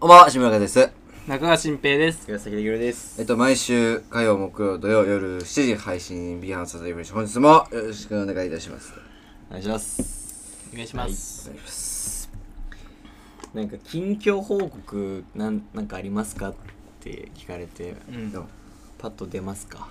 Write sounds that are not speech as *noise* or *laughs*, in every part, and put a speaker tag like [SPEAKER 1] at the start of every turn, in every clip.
[SPEAKER 1] こんばんは、志村かです。
[SPEAKER 2] 中川新平です。
[SPEAKER 3] 岩崎でゆるです
[SPEAKER 1] えっと、毎週火曜、木曜、土曜夜7時配信、ビハンサタイブ本日もよろしくお願いいたします。
[SPEAKER 3] お願いします
[SPEAKER 2] お願いします。
[SPEAKER 1] お願いします
[SPEAKER 3] なんか近況報告なんなんかありますかって聞かれて
[SPEAKER 2] うん
[SPEAKER 1] どう
[SPEAKER 3] パッと出ますか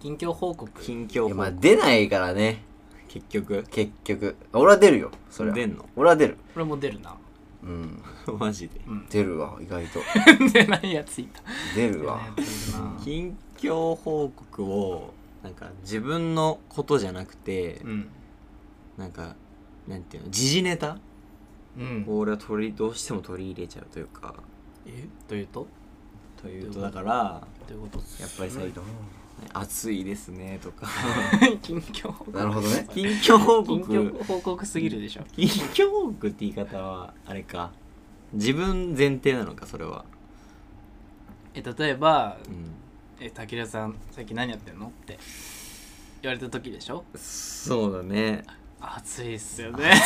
[SPEAKER 2] 近況報告。
[SPEAKER 3] 近況
[SPEAKER 1] い
[SPEAKER 3] 報
[SPEAKER 1] や、
[SPEAKER 3] 告、
[SPEAKER 1] まあ出ないからね、
[SPEAKER 3] 結局
[SPEAKER 1] 結局。俺は出るよ、それは。
[SPEAKER 3] 出んの
[SPEAKER 1] 俺は出る。
[SPEAKER 2] これも出るな。
[SPEAKER 1] うん。
[SPEAKER 3] マジで
[SPEAKER 1] 出るわ、意外と。
[SPEAKER 2] *laughs* 出ないやつい *laughs* た。
[SPEAKER 1] 出る *laughs* わ。
[SPEAKER 2] 出ないやついるな
[SPEAKER 3] 近況報告をなんか自分のことじゃなくて、
[SPEAKER 2] うん。
[SPEAKER 3] なんかなんていうの時事ネタ
[SPEAKER 2] うん。
[SPEAKER 3] を俺は取りどうしても取り入れちゃうというか
[SPEAKER 2] えというと
[SPEAKER 3] というとだから
[SPEAKER 2] という *laughs* こと
[SPEAKER 3] やっぱり最近暑いですねとか *laughs*
[SPEAKER 2] 近況報告。
[SPEAKER 1] なるほどね。
[SPEAKER 3] 近況報
[SPEAKER 2] 近
[SPEAKER 3] 告
[SPEAKER 2] 況報告すぎるでしょ。
[SPEAKER 3] 近況報告って言い方はあれか自分前提なのかそれは
[SPEAKER 2] え、例えば、
[SPEAKER 3] うん
[SPEAKER 2] え、滝田さん、最近何やってんのって言われた時でしょ。
[SPEAKER 3] そうだね
[SPEAKER 2] 暑いっすよね。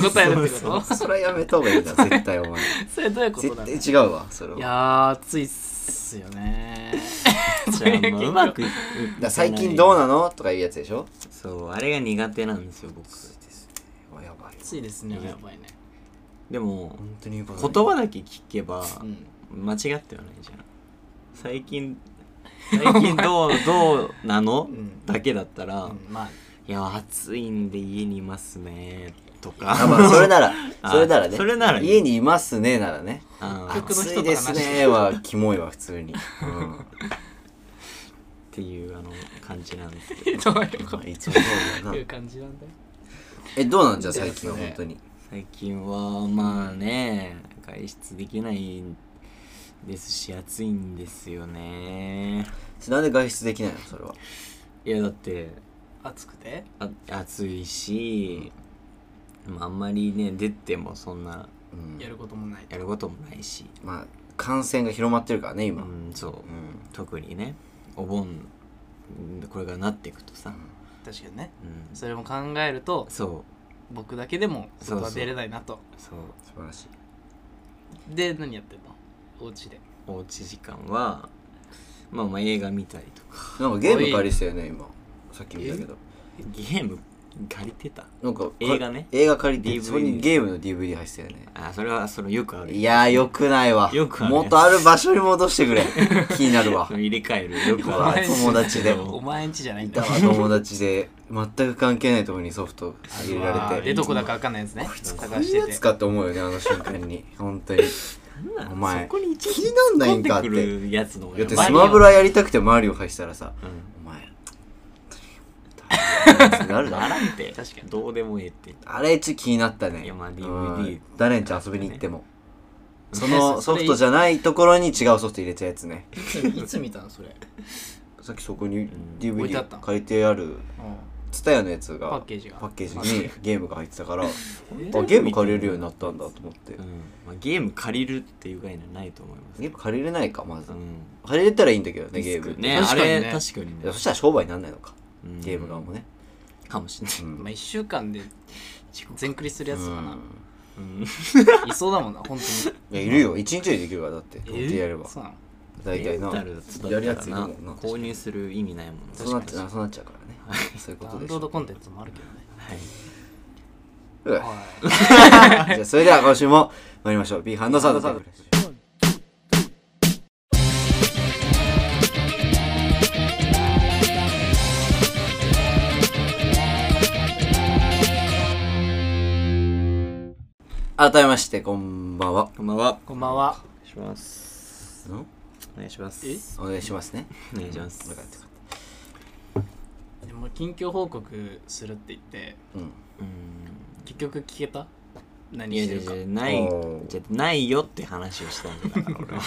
[SPEAKER 2] 答えるって
[SPEAKER 3] そ
[SPEAKER 2] こ
[SPEAKER 3] う
[SPEAKER 2] と
[SPEAKER 1] それはやめた方がいい *laughs* な、絶対お前。
[SPEAKER 2] それどういうことだろう
[SPEAKER 1] 絶対違うわ、それは。
[SPEAKER 2] い
[SPEAKER 1] だか
[SPEAKER 2] やー、暑いっすよね。
[SPEAKER 3] じゃあ、
[SPEAKER 2] *laughs* そ
[SPEAKER 3] ま
[SPEAKER 2] れ
[SPEAKER 3] あ、
[SPEAKER 2] は
[SPEAKER 3] うまくい
[SPEAKER 1] ら最近どう
[SPEAKER 3] の
[SPEAKER 1] なのとかいうやつでしょ
[SPEAKER 3] そうあれが苦手なんですよ僕
[SPEAKER 1] やばい。
[SPEAKER 2] 暑いですね、やばいね。
[SPEAKER 3] でも
[SPEAKER 1] 本当に言うこ
[SPEAKER 3] 言
[SPEAKER 1] とない
[SPEAKER 3] 葉だけ聞けば
[SPEAKER 2] うん。
[SPEAKER 3] 間違ってはないじゃん最
[SPEAKER 2] *laughs*
[SPEAKER 3] 近最近どうどうなの
[SPEAKER 2] うん
[SPEAKER 3] だけだったら
[SPEAKER 2] うん *laughs* まあ、
[SPEAKER 3] 「いや暑いんで家にいますね」と
[SPEAKER 1] あ、 *laughs* まあ、
[SPEAKER 3] か
[SPEAKER 1] それなら、
[SPEAKER 3] あ
[SPEAKER 1] それならね。
[SPEAKER 3] それならいい
[SPEAKER 1] 家にいますね、ならね。
[SPEAKER 3] *laughs* あー
[SPEAKER 2] 結局の
[SPEAKER 1] 暑
[SPEAKER 2] 人
[SPEAKER 1] い
[SPEAKER 2] と
[SPEAKER 1] で
[SPEAKER 2] 話して
[SPEAKER 1] すねはキモいわ普通に、
[SPEAKER 2] *laughs*
[SPEAKER 3] っていうあの感じなんですけど
[SPEAKER 2] どういう
[SPEAKER 1] う
[SPEAKER 2] こ
[SPEAKER 1] ん、いつもそう
[SPEAKER 2] と
[SPEAKER 1] だ
[SPEAKER 2] い
[SPEAKER 1] な
[SPEAKER 2] う感じなんだよ。
[SPEAKER 1] えどうなんじゃあ最近は本当に
[SPEAKER 3] 最近はまあね外出できないですし暑いんですよね
[SPEAKER 1] それなんで外出できないのそれはい
[SPEAKER 3] やだって
[SPEAKER 2] 暑くて
[SPEAKER 3] あ暑いし、まあ、あんまりね出てもそんな
[SPEAKER 1] うん
[SPEAKER 2] やることもない。
[SPEAKER 3] やることもないし、
[SPEAKER 1] まあ感染が広まってるからね
[SPEAKER 3] う
[SPEAKER 1] 今うん、
[SPEAKER 3] ん、そう特にねお盆うんこれからなっていくとさ、
[SPEAKER 2] 確かにね。
[SPEAKER 3] うん、
[SPEAKER 2] それも考えると、
[SPEAKER 3] そう
[SPEAKER 2] 僕だけでも
[SPEAKER 3] そうそう
[SPEAKER 2] 外は出れないなと。
[SPEAKER 3] そう
[SPEAKER 1] 素晴らしい
[SPEAKER 2] で、何やってんのお家で。
[SPEAKER 3] おうち時間はまあまあ映画見たりとか
[SPEAKER 1] なんかゲーム借りてたよね今さっき見たけど
[SPEAKER 3] ゲーム借りてた
[SPEAKER 1] なんかか
[SPEAKER 3] 映画ね
[SPEAKER 1] 映画借りて
[SPEAKER 3] DVD
[SPEAKER 1] そこにゲームの DVD 入ってたよね
[SPEAKER 3] あそれはそのよくある
[SPEAKER 1] いやーよくない
[SPEAKER 2] *laughs*
[SPEAKER 1] わ
[SPEAKER 3] よくある
[SPEAKER 1] 元ある場所に戻してくれ気になるわ
[SPEAKER 3] 入れ替えるよく
[SPEAKER 1] うわ
[SPEAKER 3] *laughs* ある
[SPEAKER 1] 友達で
[SPEAKER 2] お前ん家じゃないん
[SPEAKER 1] だ
[SPEAKER 2] だ。
[SPEAKER 1] わ友達で全く関係ないところにソフト入れられて
[SPEAKER 2] で、どこだかわかんないですね。
[SPEAKER 1] こう
[SPEAKER 2] 探し
[SPEAKER 1] いう
[SPEAKER 2] て
[SPEAKER 1] や
[SPEAKER 2] て
[SPEAKER 1] つ。かって思うよねあの瞬間
[SPEAKER 2] *laughs*
[SPEAKER 1] に本当に
[SPEAKER 3] なんだ
[SPEAKER 1] お前
[SPEAKER 3] そこに一
[SPEAKER 1] 気
[SPEAKER 3] 気
[SPEAKER 1] に
[SPEAKER 3] に
[SPEAKER 1] なんないんか
[SPEAKER 3] な
[SPEAKER 1] っ
[SPEAKER 3] って
[SPEAKER 1] て
[SPEAKER 3] くるやつの方が
[SPEAKER 1] だって
[SPEAKER 3] やば
[SPEAKER 1] ス
[SPEAKER 3] い
[SPEAKER 1] マブラやりたくて周りを貸したらさ
[SPEAKER 3] うん
[SPEAKER 1] お前本当になるだろ
[SPEAKER 3] ならんて
[SPEAKER 2] 確かに
[SPEAKER 3] どうでもええって
[SPEAKER 1] あれちょっと気になったね
[SPEAKER 3] いやまあ
[SPEAKER 1] うん
[SPEAKER 3] DVD
[SPEAKER 1] 誰んち遊びに行ってもそ
[SPEAKER 2] え
[SPEAKER 1] の
[SPEAKER 2] *laughs*
[SPEAKER 1] ソ
[SPEAKER 2] それ
[SPEAKER 1] フトじゃないところに違うソフト入れちゃうやつね
[SPEAKER 2] いついつ見たのそれ。
[SPEAKER 1] さっきそこに
[SPEAKER 2] 置いて
[SPEAKER 1] DVD
[SPEAKER 2] あった
[SPEAKER 1] 借りてある
[SPEAKER 2] う
[SPEAKER 1] ツタヤのやつが
[SPEAKER 2] パッケージが
[SPEAKER 1] パッケー
[SPEAKER 2] *laughs*
[SPEAKER 1] ジにゲームが入ってたからあ
[SPEAKER 2] ん
[SPEAKER 1] ゲーム借りれるようになったんだと思って
[SPEAKER 3] うんまあ、ゲーム借りるっていう概念はないと思います
[SPEAKER 1] ゲーム借りれないかまず
[SPEAKER 3] うん
[SPEAKER 1] 借りれたらいいんだけどね
[SPEAKER 3] デ
[SPEAKER 1] ゲ
[SPEAKER 3] ィ
[SPEAKER 1] ー
[SPEAKER 3] ス
[SPEAKER 1] ム
[SPEAKER 3] クね
[SPEAKER 2] 確
[SPEAKER 3] あ
[SPEAKER 2] かにね
[SPEAKER 3] れ確かに
[SPEAKER 1] いや
[SPEAKER 3] ね
[SPEAKER 1] そしたら商売になんないのか
[SPEAKER 3] うん
[SPEAKER 1] ゲーム側もね
[SPEAKER 3] かもしれない
[SPEAKER 2] まあ、1週間で全クリするやつかな。
[SPEAKER 3] うん
[SPEAKER 2] いそうだもんな、本当に。
[SPEAKER 1] いやいるよ一日でできるからだって
[SPEAKER 2] え
[SPEAKER 1] やってやれば
[SPEAKER 2] そうなの
[SPEAKER 1] 大体
[SPEAKER 3] レン
[SPEAKER 1] な
[SPEAKER 3] タルだった
[SPEAKER 1] や
[SPEAKER 3] ら
[SPEAKER 1] るやついるも
[SPEAKER 3] なん
[SPEAKER 1] な
[SPEAKER 3] 購入する意味ないもんね
[SPEAKER 1] そうなっちゃう
[SPEAKER 3] 確かに
[SPEAKER 1] そうなっちゃうからねそういうこ
[SPEAKER 2] ダ
[SPEAKER 1] と
[SPEAKER 2] ウン
[SPEAKER 1] でし
[SPEAKER 2] ロード
[SPEAKER 1] ょ
[SPEAKER 2] コンテンツもあるけど
[SPEAKER 1] う
[SPEAKER 2] ね。
[SPEAKER 3] はい
[SPEAKER 1] んじ
[SPEAKER 2] はい。
[SPEAKER 1] ゃあそれでは今週も参りましょう B ハンドサードサード改めましてこんばんは
[SPEAKER 3] こんばんは
[SPEAKER 2] こんばんは。
[SPEAKER 3] お願いします
[SPEAKER 1] ん
[SPEAKER 3] お願いします
[SPEAKER 2] え
[SPEAKER 1] お願いしますね
[SPEAKER 3] お願いします
[SPEAKER 1] 分かった分かっ
[SPEAKER 2] でも近況報告するって言って
[SPEAKER 1] たうん
[SPEAKER 3] うん
[SPEAKER 2] 結局聞けた何
[SPEAKER 3] いや
[SPEAKER 2] し
[SPEAKER 3] い
[SPEAKER 2] て
[SPEAKER 3] や
[SPEAKER 2] る
[SPEAKER 3] い
[SPEAKER 2] か
[SPEAKER 3] やない
[SPEAKER 1] おー
[SPEAKER 3] じゃないよって話をしたん
[SPEAKER 1] *laughs*
[SPEAKER 3] だから俺は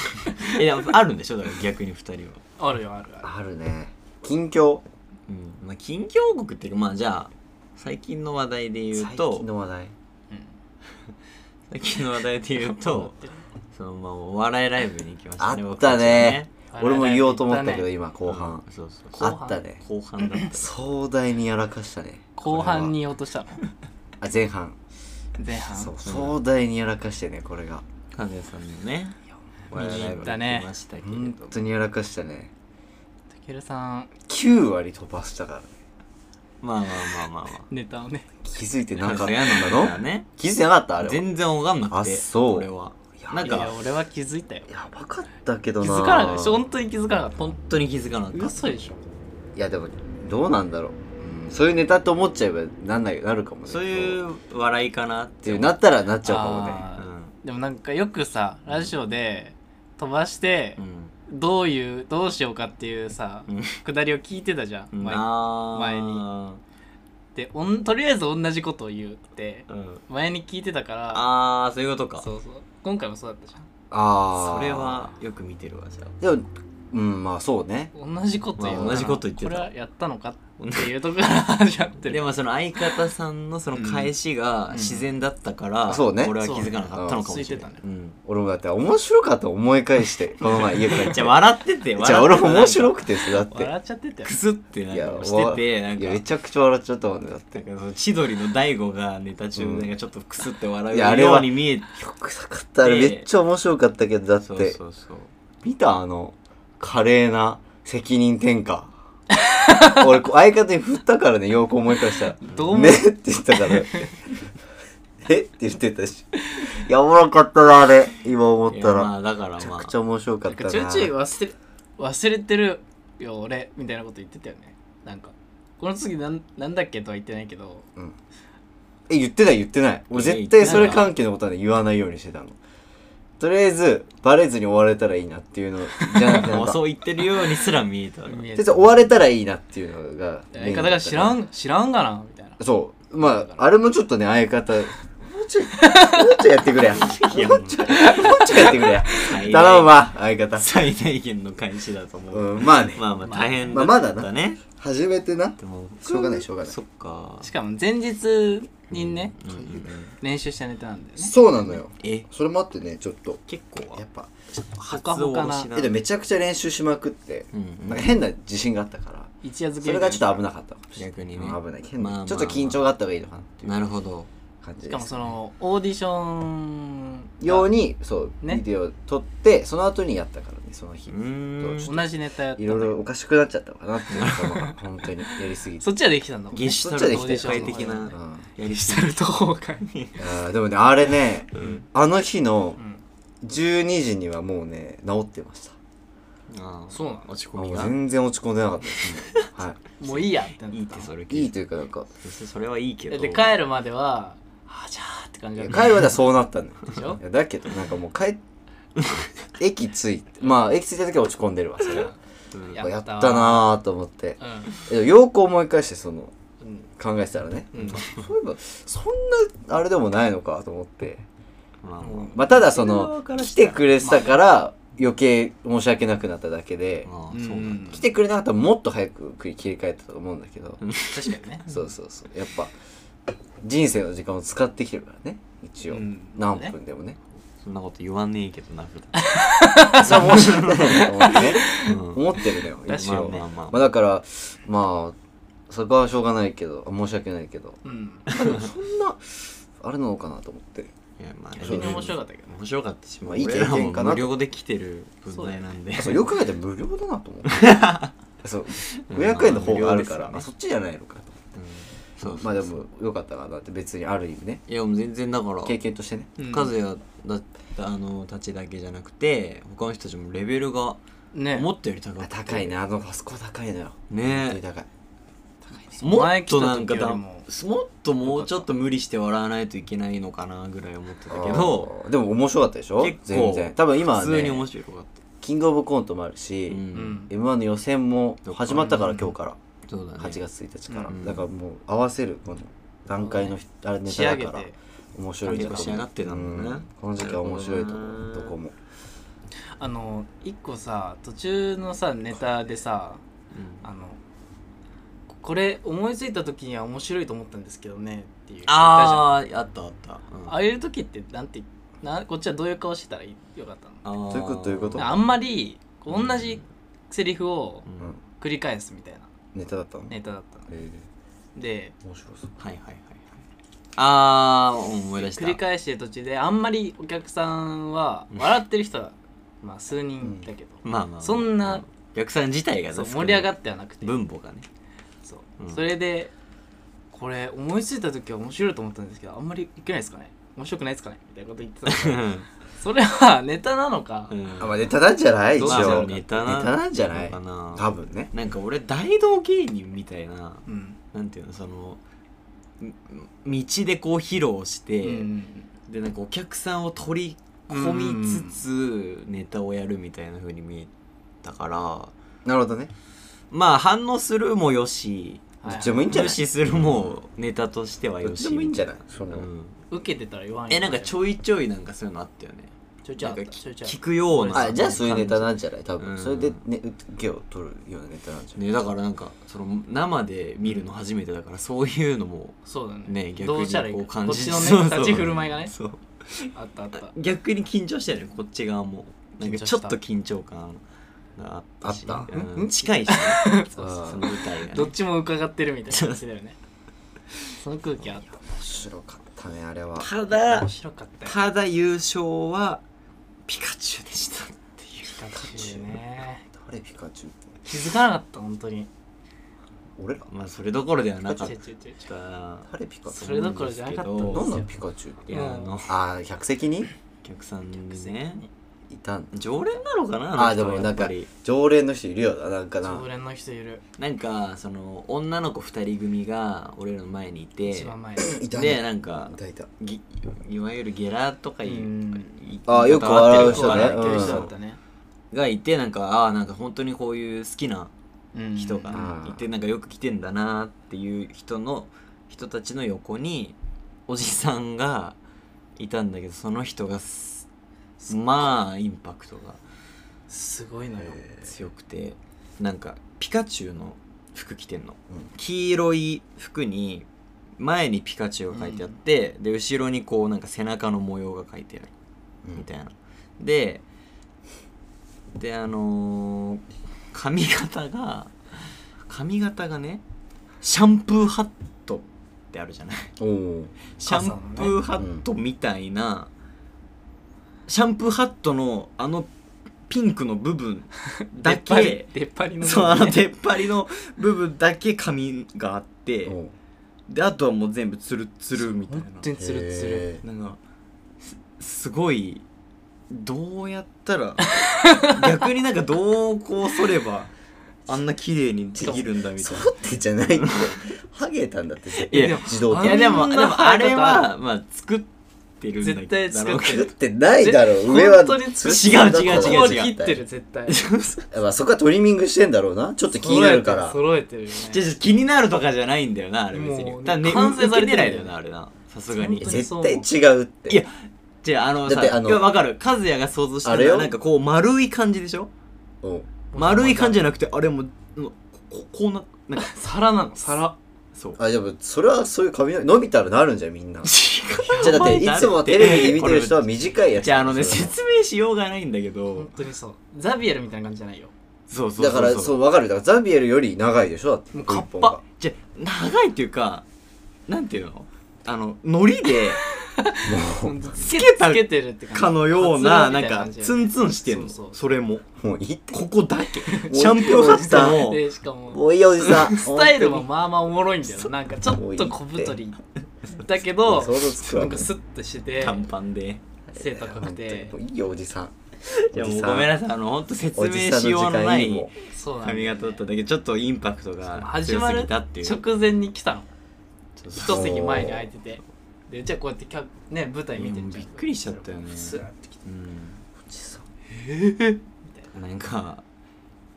[SPEAKER 3] いやあるんでしょだから逆に2人は、
[SPEAKER 2] あるよあるある
[SPEAKER 1] あるね近況
[SPEAKER 3] うんまあ、近況報告っていうかまあじゃあ最近の話題で言う
[SPEAKER 1] 最
[SPEAKER 3] と
[SPEAKER 1] 近の話題
[SPEAKER 3] 最近の話題で言うと
[SPEAKER 1] *laughs*
[SPEAKER 3] そのまあお笑いライブに行きましたね
[SPEAKER 1] あっ
[SPEAKER 3] 僕
[SPEAKER 1] た
[SPEAKER 3] たち
[SPEAKER 1] ね
[SPEAKER 2] あれ
[SPEAKER 1] 俺も言おうと思ったけ
[SPEAKER 2] だ
[SPEAKER 1] ど
[SPEAKER 2] ね
[SPEAKER 1] 今後半
[SPEAKER 3] うんそうそう
[SPEAKER 2] 後
[SPEAKER 1] あ
[SPEAKER 2] 半
[SPEAKER 1] ったね
[SPEAKER 3] 後半だった
[SPEAKER 1] 壮大にやらかしたね
[SPEAKER 2] 後半
[SPEAKER 3] *laughs*
[SPEAKER 2] に落としたの
[SPEAKER 1] これはあ前半
[SPEAKER 2] 前半
[SPEAKER 1] そう壮大にやらかしてねこれが
[SPEAKER 3] かずやさんのね
[SPEAKER 2] 見に行ったね
[SPEAKER 3] 我々ライブに来ましたけれども
[SPEAKER 1] 本当にやらかしたね
[SPEAKER 2] たけるさん
[SPEAKER 1] 9割飛ばしたからね
[SPEAKER 3] まあまあまあまあまあ
[SPEAKER 2] ネタをね
[SPEAKER 1] 気づいてなかった
[SPEAKER 3] やん
[SPEAKER 1] の
[SPEAKER 3] だね
[SPEAKER 1] 気づいてなかったあれは
[SPEAKER 3] 全然わかんなくて
[SPEAKER 1] あそう
[SPEAKER 3] 俺は
[SPEAKER 1] や
[SPEAKER 3] なん
[SPEAKER 2] い
[SPEAKER 3] か
[SPEAKER 2] や俺は気づいたよ
[SPEAKER 1] やばかったけ
[SPEAKER 2] 気
[SPEAKER 1] どな
[SPEAKER 2] づかなかったし本当に気づかなかったほん
[SPEAKER 3] 本当に気づかなかっ
[SPEAKER 2] 嘘でしょ
[SPEAKER 1] いやでもどうなんだろう、うん、そういうネタと思っちゃえばなんないなるかもね
[SPEAKER 3] たそういう笑いかなっ
[SPEAKER 1] っててい
[SPEAKER 3] 思
[SPEAKER 1] う
[SPEAKER 3] う
[SPEAKER 1] なったらなっちゃうかもね
[SPEAKER 2] あー
[SPEAKER 3] う
[SPEAKER 2] でもなんかよくさラジオで飛ばして
[SPEAKER 3] ん
[SPEAKER 2] どういうどうしようかっていうさ
[SPEAKER 3] うん
[SPEAKER 2] くだりを聞いてたじゃん前
[SPEAKER 3] な
[SPEAKER 2] 前にでおんとりあえず同じことを言うって
[SPEAKER 3] うん
[SPEAKER 2] 前に聞いてたから
[SPEAKER 3] あーそういうことか
[SPEAKER 2] そうそう今回もそうだったじゃん
[SPEAKER 1] ああ
[SPEAKER 3] それはよく見てるわじゃあ
[SPEAKER 1] でもうんまあそうね
[SPEAKER 2] 同じこと言うから
[SPEAKER 3] まあ同じこと言ってた
[SPEAKER 2] これはやったのかっていうとこから始まって
[SPEAKER 3] で
[SPEAKER 2] る
[SPEAKER 3] もその相方さんのその返しが自然だったから、
[SPEAKER 1] うんそうね
[SPEAKER 3] 俺は気づかなかったのかもしれない。
[SPEAKER 2] そうね
[SPEAKER 3] うん
[SPEAKER 1] 俺もだって面白かった思い返して
[SPEAKER 3] *laughs*
[SPEAKER 1] この前家帰っ
[SPEAKER 3] じ
[SPEAKER 1] て
[SPEAKER 3] ゃあ笑ってて、
[SPEAKER 1] じゃあ俺も面
[SPEAKER 3] い。
[SPEAKER 1] 白くてさだって
[SPEAKER 2] 笑っちゃってたよ
[SPEAKER 3] くすってなん
[SPEAKER 1] いや
[SPEAKER 3] かしてて、なん
[SPEAKER 1] い
[SPEAKER 3] か
[SPEAKER 1] やめちゃくちゃ笑っちゃったもんねだって
[SPEAKER 3] なんかその千鳥の大悟がネタ中
[SPEAKER 1] うん
[SPEAKER 3] なんかちょっとくすって笑
[SPEAKER 1] いやあ
[SPEAKER 3] う
[SPEAKER 1] れ
[SPEAKER 3] よ
[SPEAKER 1] は
[SPEAKER 3] うに見えて、
[SPEAKER 1] 臭かったあれめっちゃ面白かったけどだって
[SPEAKER 3] そうそうそう。
[SPEAKER 1] 見たあの華麗な責任転
[SPEAKER 3] *laughs*
[SPEAKER 1] 嫁俺こう相方に振ったからねよく思い返したら「
[SPEAKER 2] どうも
[SPEAKER 1] ね」って言ったから「えっ?」て言ってたしいやおもろかったなあれ今思っ
[SPEAKER 3] いや
[SPEAKER 1] たら、
[SPEAKER 3] まあだから
[SPEAKER 1] めちゃ
[SPEAKER 3] ま
[SPEAKER 1] くちゃ
[SPEAKER 3] あ、
[SPEAKER 1] 面白かったな
[SPEAKER 2] ちょいちょい忘れ忘れてるよ俺みたいなこと言ってたよねなんかこの次なんなんだっけとは言ってないけど
[SPEAKER 1] え言ってない言ってない俺
[SPEAKER 3] いや
[SPEAKER 1] 絶対それ
[SPEAKER 3] 言ってない
[SPEAKER 1] 関係のことはね言わないようにしてたのとりあえずバレずに終われたらいいなっていうのじゃなくてなん
[SPEAKER 3] もう
[SPEAKER 1] か
[SPEAKER 3] そう言ってるようにすら見えたわ。
[SPEAKER 2] 見え
[SPEAKER 1] とりあえず終われたらいいなっていうのがメインだ
[SPEAKER 2] 相方
[SPEAKER 1] った
[SPEAKER 2] が知らん知らんがなみたいな
[SPEAKER 1] そう。まあ、あれもちょっとね、相方、もうちょい、もうちょいやってくれや。もうちょい、もうちょいやってくれや。
[SPEAKER 3] 最大
[SPEAKER 1] 頼むわ、相方。
[SPEAKER 3] 最大限の返しだと思う。
[SPEAKER 1] うん、まあね。
[SPEAKER 3] まあまあ大変
[SPEAKER 1] まあまだな
[SPEAKER 3] だね。
[SPEAKER 1] 初めてな。
[SPEAKER 3] でも、
[SPEAKER 1] しょうがないしょうがない
[SPEAKER 3] そっか。
[SPEAKER 2] しかも前日にね、
[SPEAKER 3] うんうんうん
[SPEAKER 2] 練習したネタなんだよね
[SPEAKER 1] そうなのよ。
[SPEAKER 3] え、
[SPEAKER 1] それもあってね、ちょっと、
[SPEAKER 3] 結構
[SPEAKER 1] やっぱ、
[SPEAKER 3] 発
[SPEAKER 2] ほかほかな
[SPEAKER 3] 音しな
[SPEAKER 1] えでもめちゃくちゃ練習しまくって、
[SPEAKER 3] うんうん
[SPEAKER 1] なんか変な自信があったから、
[SPEAKER 2] 一夜漬
[SPEAKER 1] そ
[SPEAKER 2] け
[SPEAKER 1] れ
[SPEAKER 2] みた
[SPEAKER 1] が
[SPEAKER 2] いな
[SPEAKER 1] ちょっと危なかったかもしれない。
[SPEAKER 3] 逆にね
[SPEAKER 1] 危ない。変
[SPEAKER 3] まあま
[SPEAKER 1] な。
[SPEAKER 3] あ
[SPEAKER 1] ちょっと緊張があった方がいいのかなっていう
[SPEAKER 3] なるほど
[SPEAKER 1] 感じ
[SPEAKER 2] し
[SPEAKER 1] で
[SPEAKER 2] かも
[SPEAKER 1] す。
[SPEAKER 2] そのオーディション
[SPEAKER 1] よう
[SPEAKER 2] に
[SPEAKER 1] に、そう、
[SPEAKER 2] ね
[SPEAKER 1] ビデオ撮って、その後にやったからね、その
[SPEAKER 3] う
[SPEAKER 1] 日。
[SPEAKER 3] ーん
[SPEAKER 2] 同じネタやった
[SPEAKER 1] い
[SPEAKER 2] んだ
[SPEAKER 1] ろ
[SPEAKER 2] け
[SPEAKER 1] い
[SPEAKER 2] ど
[SPEAKER 1] ろおかしくなっちゃったのかなっていうのが、本
[SPEAKER 3] *laughs*
[SPEAKER 1] 当にやりすぎて。
[SPEAKER 2] そっちはできたんだもんね
[SPEAKER 3] ゲシュタ
[SPEAKER 1] そっちは
[SPEAKER 3] ル
[SPEAKER 1] で
[SPEAKER 3] ト
[SPEAKER 1] き
[SPEAKER 3] 崩
[SPEAKER 1] たよ
[SPEAKER 3] 壊的
[SPEAKER 2] う
[SPEAKER 1] う
[SPEAKER 3] な
[SPEAKER 1] ん
[SPEAKER 3] やり
[SPEAKER 2] ゲシ
[SPEAKER 3] し
[SPEAKER 2] ュ
[SPEAKER 3] た
[SPEAKER 2] タ
[SPEAKER 3] る
[SPEAKER 2] ルト崩壊に
[SPEAKER 1] あーでもねあれね
[SPEAKER 3] うん
[SPEAKER 1] あの日の
[SPEAKER 2] うん
[SPEAKER 1] 12時にはもうね治ってました
[SPEAKER 3] あー
[SPEAKER 2] そうなの
[SPEAKER 3] 落ち込
[SPEAKER 1] も
[SPEAKER 3] み
[SPEAKER 1] う
[SPEAKER 3] が
[SPEAKER 1] 全然落ち込んでなかったです、
[SPEAKER 3] *laughs*
[SPEAKER 1] は
[SPEAKER 2] もういいやってなった
[SPEAKER 3] いいってそれ
[SPEAKER 1] い、いいというかなんか
[SPEAKER 3] そしてそれはいいけど
[SPEAKER 2] で帰るまではあじゃあって感じだった
[SPEAKER 1] 会話ではそうなったんだよ
[SPEAKER 2] でしょ
[SPEAKER 1] いやだけどなんかもう帰っ駅着いてまあ駅着いた時は落ち込んでるわそれは
[SPEAKER 3] うん
[SPEAKER 2] や
[SPEAKER 1] やっ
[SPEAKER 2] ったわ
[SPEAKER 1] たなーと思って
[SPEAKER 2] う
[SPEAKER 1] えよく思い返してその
[SPEAKER 2] ん
[SPEAKER 1] 考えてたらね
[SPEAKER 2] うんうん
[SPEAKER 1] そういえばそんなあれでもないのかと思って
[SPEAKER 3] まあま
[SPEAKER 2] もう
[SPEAKER 1] まあただそ
[SPEAKER 3] それは
[SPEAKER 1] の
[SPEAKER 3] 分からし
[SPEAKER 1] 来て
[SPEAKER 3] た
[SPEAKER 1] くれてたから余計申し訳なくなっただけで、
[SPEAKER 3] ああ
[SPEAKER 2] う
[SPEAKER 3] ー
[SPEAKER 2] ん
[SPEAKER 3] そうなんだ
[SPEAKER 1] 来てくれなかったらもっと早く切り替えたと思うんだけど、
[SPEAKER 2] 確かにね
[SPEAKER 1] *laughs* そうそうそうやっぱ人生の時間を使ってきてるからね一応、
[SPEAKER 2] うん
[SPEAKER 1] 何分でもね
[SPEAKER 3] そんなこと言わねえけどな普
[SPEAKER 1] それは申し訳ないなと思ってね
[SPEAKER 3] 段うん
[SPEAKER 1] *laughs* 思ってるのよ
[SPEAKER 2] だし
[SPEAKER 1] 一
[SPEAKER 3] まあ
[SPEAKER 1] 応、
[SPEAKER 3] まあ
[SPEAKER 1] ま
[SPEAKER 3] ま
[SPEAKER 1] あ、だからまあそこはしょうがないけど申し訳ないけど
[SPEAKER 2] うん
[SPEAKER 1] でもそんなあれなのかなと思って
[SPEAKER 3] あいやまあ
[SPEAKER 2] 逆に面白かったけど
[SPEAKER 3] 面白かったし
[SPEAKER 1] まあ
[SPEAKER 3] もう
[SPEAKER 1] いい経
[SPEAKER 3] 俺
[SPEAKER 1] 験
[SPEAKER 3] らも
[SPEAKER 1] かな
[SPEAKER 3] 無料で来てる分際なんで
[SPEAKER 1] そうよく考えたら無料だなと思って
[SPEAKER 3] *laughs*
[SPEAKER 1] そう500円の方があるから、
[SPEAKER 3] うんまあ無料ですよね
[SPEAKER 1] あそっちじゃないのかと
[SPEAKER 3] うんそうそう
[SPEAKER 1] まあでもよかったかなって別にある意味ね
[SPEAKER 3] いやもう全然だから
[SPEAKER 1] 経験としてね
[SPEAKER 2] うん
[SPEAKER 3] 和也だったあのたちだけじゃなくて他の人たちもレベルが
[SPEAKER 2] ね
[SPEAKER 3] 思ったより高くて
[SPEAKER 1] 高いねあのあそこ高いのよ本
[SPEAKER 3] ね
[SPEAKER 1] 当に高い
[SPEAKER 3] もっとなんか
[SPEAKER 2] 前来た時よ
[SPEAKER 3] だ
[SPEAKER 2] り
[SPEAKER 3] も
[SPEAKER 2] も
[SPEAKER 3] っともうちょっと無理して笑わないといけないのかなぐらい思ってたけど
[SPEAKER 1] あーでも面白かったでしょ
[SPEAKER 3] 結構
[SPEAKER 1] 全然多分今は
[SPEAKER 3] 普通に
[SPEAKER 1] ね
[SPEAKER 3] 面白かった
[SPEAKER 1] キングオブコントもあるし、
[SPEAKER 3] う
[SPEAKER 2] うんん
[SPEAKER 1] m 1の予選も始まったから今日から、
[SPEAKER 3] そうだね
[SPEAKER 1] 8月1日から、
[SPEAKER 3] うん
[SPEAKER 1] だからもう合わせるこの段階のひあれネ
[SPEAKER 2] 仕上
[SPEAKER 1] タだ
[SPEAKER 2] げ
[SPEAKER 1] から
[SPEAKER 2] て
[SPEAKER 1] 面白いんだと
[SPEAKER 3] 結構仕上がってたもんね
[SPEAKER 1] この時期は面白いと
[SPEAKER 3] な
[SPEAKER 1] 思う
[SPEAKER 3] るほど
[SPEAKER 1] ど
[SPEAKER 3] ね
[SPEAKER 1] こも
[SPEAKER 2] あの一個さ途中のさネタでさ
[SPEAKER 3] うん
[SPEAKER 2] あのこれ思いついた時には面白いと思ったんですけどねっていうあ
[SPEAKER 3] あーあったあった、うん
[SPEAKER 2] ああいう時ってなんてなこっちはどういう顔してたらよかったの
[SPEAKER 3] あー
[SPEAKER 1] そういうこということ
[SPEAKER 2] あんまり同じセリフを
[SPEAKER 3] うん
[SPEAKER 1] うん
[SPEAKER 2] 繰り返すみたいな
[SPEAKER 1] ネタだったの、
[SPEAKER 2] ネタだったの
[SPEAKER 1] え
[SPEAKER 2] で
[SPEAKER 1] ー面白そう
[SPEAKER 3] はいはいはいはいあーうん思い出した
[SPEAKER 2] 繰り返してる途中であんまりお客さんは笑ってる人はまあ数人だけど、
[SPEAKER 3] まあまあ
[SPEAKER 2] そんな
[SPEAKER 3] お客さん自体が
[SPEAKER 2] そう盛り上が
[SPEAKER 3] っ
[SPEAKER 2] ってはなくて
[SPEAKER 3] 分母がね
[SPEAKER 2] そう
[SPEAKER 3] うん
[SPEAKER 2] それでこれ思いついた時は面白いと思ったんですけどあんまりいけないですかね面白くないですかねみたいなこと言
[SPEAKER 3] *laughs*
[SPEAKER 2] ってたんですけどそれはネタなのか、
[SPEAKER 3] うん
[SPEAKER 1] あまあネタなんじゃない一
[SPEAKER 2] どうだろ
[SPEAKER 1] 応
[SPEAKER 2] う
[SPEAKER 1] ネ
[SPEAKER 3] ネ
[SPEAKER 1] タ
[SPEAKER 3] タな
[SPEAKER 1] なんじゃない
[SPEAKER 3] のかな
[SPEAKER 1] 多分ね
[SPEAKER 3] なんか俺大道芸人みたいな
[SPEAKER 2] うん
[SPEAKER 3] なんていうのそのみ道でこう披露して、
[SPEAKER 2] うん
[SPEAKER 3] でなんかお客さんを取り込みつつネタをやるみたいな風に見えたから
[SPEAKER 1] なるほどね
[SPEAKER 3] まあ反応するもよし
[SPEAKER 1] ど
[SPEAKER 2] はい
[SPEAKER 1] っちでもいいんじゃ
[SPEAKER 3] 無
[SPEAKER 1] ない
[SPEAKER 3] 視するもネタとしては
[SPEAKER 1] どっ
[SPEAKER 3] よ
[SPEAKER 1] ちで
[SPEAKER 3] し
[SPEAKER 1] もいいんじゃないそ
[SPEAKER 3] み
[SPEAKER 1] の
[SPEAKER 3] たいなうん
[SPEAKER 2] 受けてたら言わんよ
[SPEAKER 3] えなんかちょいちょいなんかそういうのあったよね
[SPEAKER 2] ちょいちょい
[SPEAKER 3] な
[SPEAKER 2] あ
[SPEAKER 3] ん
[SPEAKER 2] っ
[SPEAKER 3] か
[SPEAKER 2] た
[SPEAKER 3] き
[SPEAKER 2] ちょいちょい
[SPEAKER 3] 聞くような
[SPEAKER 1] あじゃあそういうネタなんじゃない多
[SPEAKER 3] う
[SPEAKER 1] 分
[SPEAKER 3] ん
[SPEAKER 1] それでね受けを取るようなネタなんじゃない
[SPEAKER 3] ねだからなんかその生で見るの初めてだからそういうのも
[SPEAKER 2] そうだね
[SPEAKER 3] ね逆
[SPEAKER 2] どう
[SPEAKER 3] に
[SPEAKER 2] したらいい
[SPEAKER 3] こう
[SPEAKER 2] か
[SPEAKER 3] 感
[SPEAKER 2] こっ
[SPEAKER 3] じ
[SPEAKER 2] ち
[SPEAKER 3] そ
[SPEAKER 2] の
[SPEAKER 3] う
[SPEAKER 2] ね
[SPEAKER 3] そう
[SPEAKER 2] 立ち振る舞いがね
[SPEAKER 3] そう
[SPEAKER 2] あったあった
[SPEAKER 3] 逆に緊張したよねこっち側もなんか
[SPEAKER 2] 緊張
[SPEAKER 3] ちょ
[SPEAKER 2] し
[SPEAKER 3] ったと緊張感があったし
[SPEAKER 1] あった
[SPEAKER 3] うん
[SPEAKER 1] ん
[SPEAKER 2] *laughs*
[SPEAKER 3] 近いしねそうそうその舞台がね
[SPEAKER 2] どっちも伺ってるみたいな感じだよねその空気あった
[SPEAKER 1] 面白かったねあれは
[SPEAKER 3] ただ
[SPEAKER 2] 面白かったよ
[SPEAKER 3] ただ優勝はピカチュウでしたっていう
[SPEAKER 2] ピカチュウね
[SPEAKER 1] 誰ピカチュウって
[SPEAKER 2] 気づかなかった本当に
[SPEAKER 1] 俺ら
[SPEAKER 3] まあそれどころではなかっ
[SPEAKER 2] 違う違う違う違う
[SPEAKER 3] た
[SPEAKER 1] 誰ピカチ
[SPEAKER 2] そ
[SPEAKER 1] ュウ
[SPEAKER 2] れどころじゃなかったんですよ
[SPEAKER 1] どんなんピカチュウって
[SPEAKER 3] いやあの
[SPEAKER 1] ああ客席に
[SPEAKER 3] お客さんね
[SPEAKER 1] いたん
[SPEAKER 3] 常連なのかな
[SPEAKER 1] あ
[SPEAKER 3] あ
[SPEAKER 1] ーで
[SPEAKER 3] の人は
[SPEAKER 1] もなん
[SPEAKER 3] やっ
[SPEAKER 1] か
[SPEAKER 3] ぱり
[SPEAKER 1] 常連の人いるよななんかな
[SPEAKER 2] 常連の人いる
[SPEAKER 3] なんかその女の子2人組が俺らの前にいて
[SPEAKER 2] 一番前
[SPEAKER 1] いた
[SPEAKER 3] で
[SPEAKER 1] ね
[SPEAKER 3] なんか
[SPEAKER 1] いたいた
[SPEAKER 3] ぎいわゆるゲラとかいう
[SPEAKER 2] うん
[SPEAKER 3] 言い
[SPEAKER 1] あーよく笑う人ね
[SPEAKER 3] 言い方合って
[SPEAKER 2] やって
[SPEAKER 3] る
[SPEAKER 2] る
[SPEAKER 3] か
[SPEAKER 2] 人だ
[SPEAKER 3] わ
[SPEAKER 2] っ
[SPEAKER 3] かんないけど
[SPEAKER 2] たね
[SPEAKER 3] がいてなんかああーなんか本当にこういう好きな
[SPEAKER 2] うん
[SPEAKER 3] 人が
[SPEAKER 1] うん
[SPEAKER 3] いてなんかよく来てんだなっていう人の人たちの横におじさんがいたんだけどその人がすまあインパクトが
[SPEAKER 2] すごいのよ
[SPEAKER 1] え
[SPEAKER 3] 強くてなんかピカチュウの服着てんの、
[SPEAKER 1] うん
[SPEAKER 3] 黄色い服に前にピカチュウが書いてあって、で後ろにこうなんか背中の模様が書いてある
[SPEAKER 1] うん
[SPEAKER 3] みたいな、でであのー髪型が髪型がねシャンプーハットってある
[SPEAKER 1] *laughs*
[SPEAKER 3] じゃない
[SPEAKER 1] おお
[SPEAKER 3] シャンプーハットみたいな、シャンプーハットのあのピンクの部分だけ
[SPEAKER 2] 出っ張りの
[SPEAKER 3] そうあの出っ張りの部分だけ髪があって
[SPEAKER 1] おう
[SPEAKER 3] であとはもう全部ツルッツルみたい
[SPEAKER 2] 本当にツルッツル
[SPEAKER 1] へ
[SPEAKER 3] ななんかすすごいどうやったら *laughs* 逆になんかどうこうそればあんな綺麗にできるんだみ
[SPEAKER 1] ー
[SPEAKER 3] た
[SPEAKER 1] そ
[SPEAKER 3] いうな
[SPEAKER 1] ってじゃないって
[SPEAKER 3] *laughs*
[SPEAKER 1] ハゲたんだって絶
[SPEAKER 3] い
[SPEAKER 1] 対
[SPEAKER 3] や
[SPEAKER 1] 自動
[SPEAKER 2] あ
[SPEAKER 1] 的
[SPEAKER 2] ん
[SPEAKER 3] い
[SPEAKER 1] に
[SPEAKER 3] やでも
[SPEAKER 2] あん
[SPEAKER 3] で
[SPEAKER 2] な
[SPEAKER 3] もあれはまあ作ってるんだ
[SPEAKER 2] 絶対作って
[SPEAKER 1] 作ってないだろう上は
[SPEAKER 2] 本当に
[SPEAKER 1] つる
[SPEAKER 3] 違う違う
[SPEAKER 2] こ
[SPEAKER 3] 違
[SPEAKER 2] こ
[SPEAKER 3] う
[SPEAKER 2] で
[SPEAKER 3] 違
[SPEAKER 2] 切ってる絶
[SPEAKER 3] *laughs*
[SPEAKER 2] 対
[SPEAKER 1] まあそこはトリミングしてんだろうなちょっと気になるから
[SPEAKER 2] 揃えてるよ
[SPEAKER 3] じゃ
[SPEAKER 2] ね
[SPEAKER 3] じゃ気になるとかじゃないんだよなあれ別に
[SPEAKER 2] もう
[SPEAKER 3] ただね
[SPEAKER 2] 完成されてる
[SPEAKER 3] 受け狙いだよなあれなさすがに
[SPEAKER 2] 本当に
[SPEAKER 1] 絶対違うって
[SPEAKER 3] いやじゃああの
[SPEAKER 1] だってあ
[SPEAKER 3] さ
[SPEAKER 1] の
[SPEAKER 3] いやわかる和也が想像した
[SPEAKER 1] あれ
[SPEAKER 3] のは
[SPEAKER 1] よ
[SPEAKER 3] なんかこう丸い感じでしょ
[SPEAKER 1] おう
[SPEAKER 3] 丸い感じじゃなくてあれもうもうここうななんか
[SPEAKER 2] 皿なの皿
[SPEAKER 3] そう
[SPEAKER 1] あでもそれはそういう髪の毛伸びたらなるんじゃんみ
[SPEAKER 3] *laughs*
[SPEAKER 1] んな *laughs* じゃあだっていつもテレビで見てる人は短いやつ
[SPEAKER 3] じゃああのね
[SPEAKER 1] それは
[SPEAKER 3] 説明しようがないんだけど
[SPEAKER 2] 本当にそうザビエルみたいな感じじゃないよ
[SPEAKER 3] そうそう
[SPEAKER 1] だからそう分かるだからザビエルより長いでしょだって
[SPEAKER 2] もうカッパ
[SPEAKER 1] 一本が
[SPEAKER 3] じゃあ長いっていうかなんていうのあのノ
[SPEAKER 1] *laughs*
[SPEAKER 3] リで
[SPEAKER 2] つ
[SPEAKER 3] けた
[SPEAKER 2] つけてるって感じ
[SPEAKER 3] かのよう
[SPEAKER 2] カツラ
[SPEAKER 3] ななん
[SPEAKER 2] みたい
[SPEAKER 3] か
[SPEAKER 2] 感じだよね
[SPEAKER 3] ツンツンしてんの
[SPEAKER 2] そうそう
[SPEAKER 3] それも
[SPEAKER 1] もういいって
[SPEAKER 3] *laughs* ここだけシャンプーハットの
[SPEAKER 2] でしかも
[SPEAKER 1] もういいおじさん
[SPEAKER 2] *laughs* スタイルもまあまあおもろいんだよなんかちょっと小太りだけど
[SPEAKER 1] 想像つくわ
[SPEAKER 2] なんかスッとしてて
[SPEAKER 3] 短パンで
[SPEAKER 2] 背高くて
[SPEAKER 1] 本当にもういいよおじさん
[SPEAKER 3] いや
[SPEAKER 1] お
[SPEAKER 3] も
[SPEAKER 1] じ
[SPEAKER 3] う
[SPEAKER 1] さん
[SPEAKER 3] ごめんなさいあの本当説
[SPEAKER 1] お
[SPEAKER 3] 明
[SPEAKER 1] じさん
[SPEAKER 3] しよう
[SPEAKER 1] の時
[SPEAKER 3] のな
[SPEAKER 1] 間に
[SPEAKER 3] い
[SPEAKER 1] も
[SPEAKER 2] そうなんだよ
[SPEAKER 3] 髪
[SPEAKER 2] ね
[SPEAKER 3] 型だっただけどちょっとインパクトが
[SPEAKER 2] 始
[SPEAKER 3] 強
[SPEAKER 2] まする
[SPEAKER 3] ぎたっていう
[SPEAKER 2] 直前に来たの
[SPEAKER 3] ちょっと
[SPEAKER 2] 一席前に空いててでじゃあこうやって客ね舞台見て
[SPEAKER 3] いや
[SPEAKER 2] る
[SPEAKER 3] もう
[SPEAKER 2] じゃん
[SPEAKER 3] びっくりしちゃったよね
[SPEAKER 2] スラって来て
[SPEAKER 3] う
[SPEAKER 1] おじさん
[SPEAKER 3] んなんか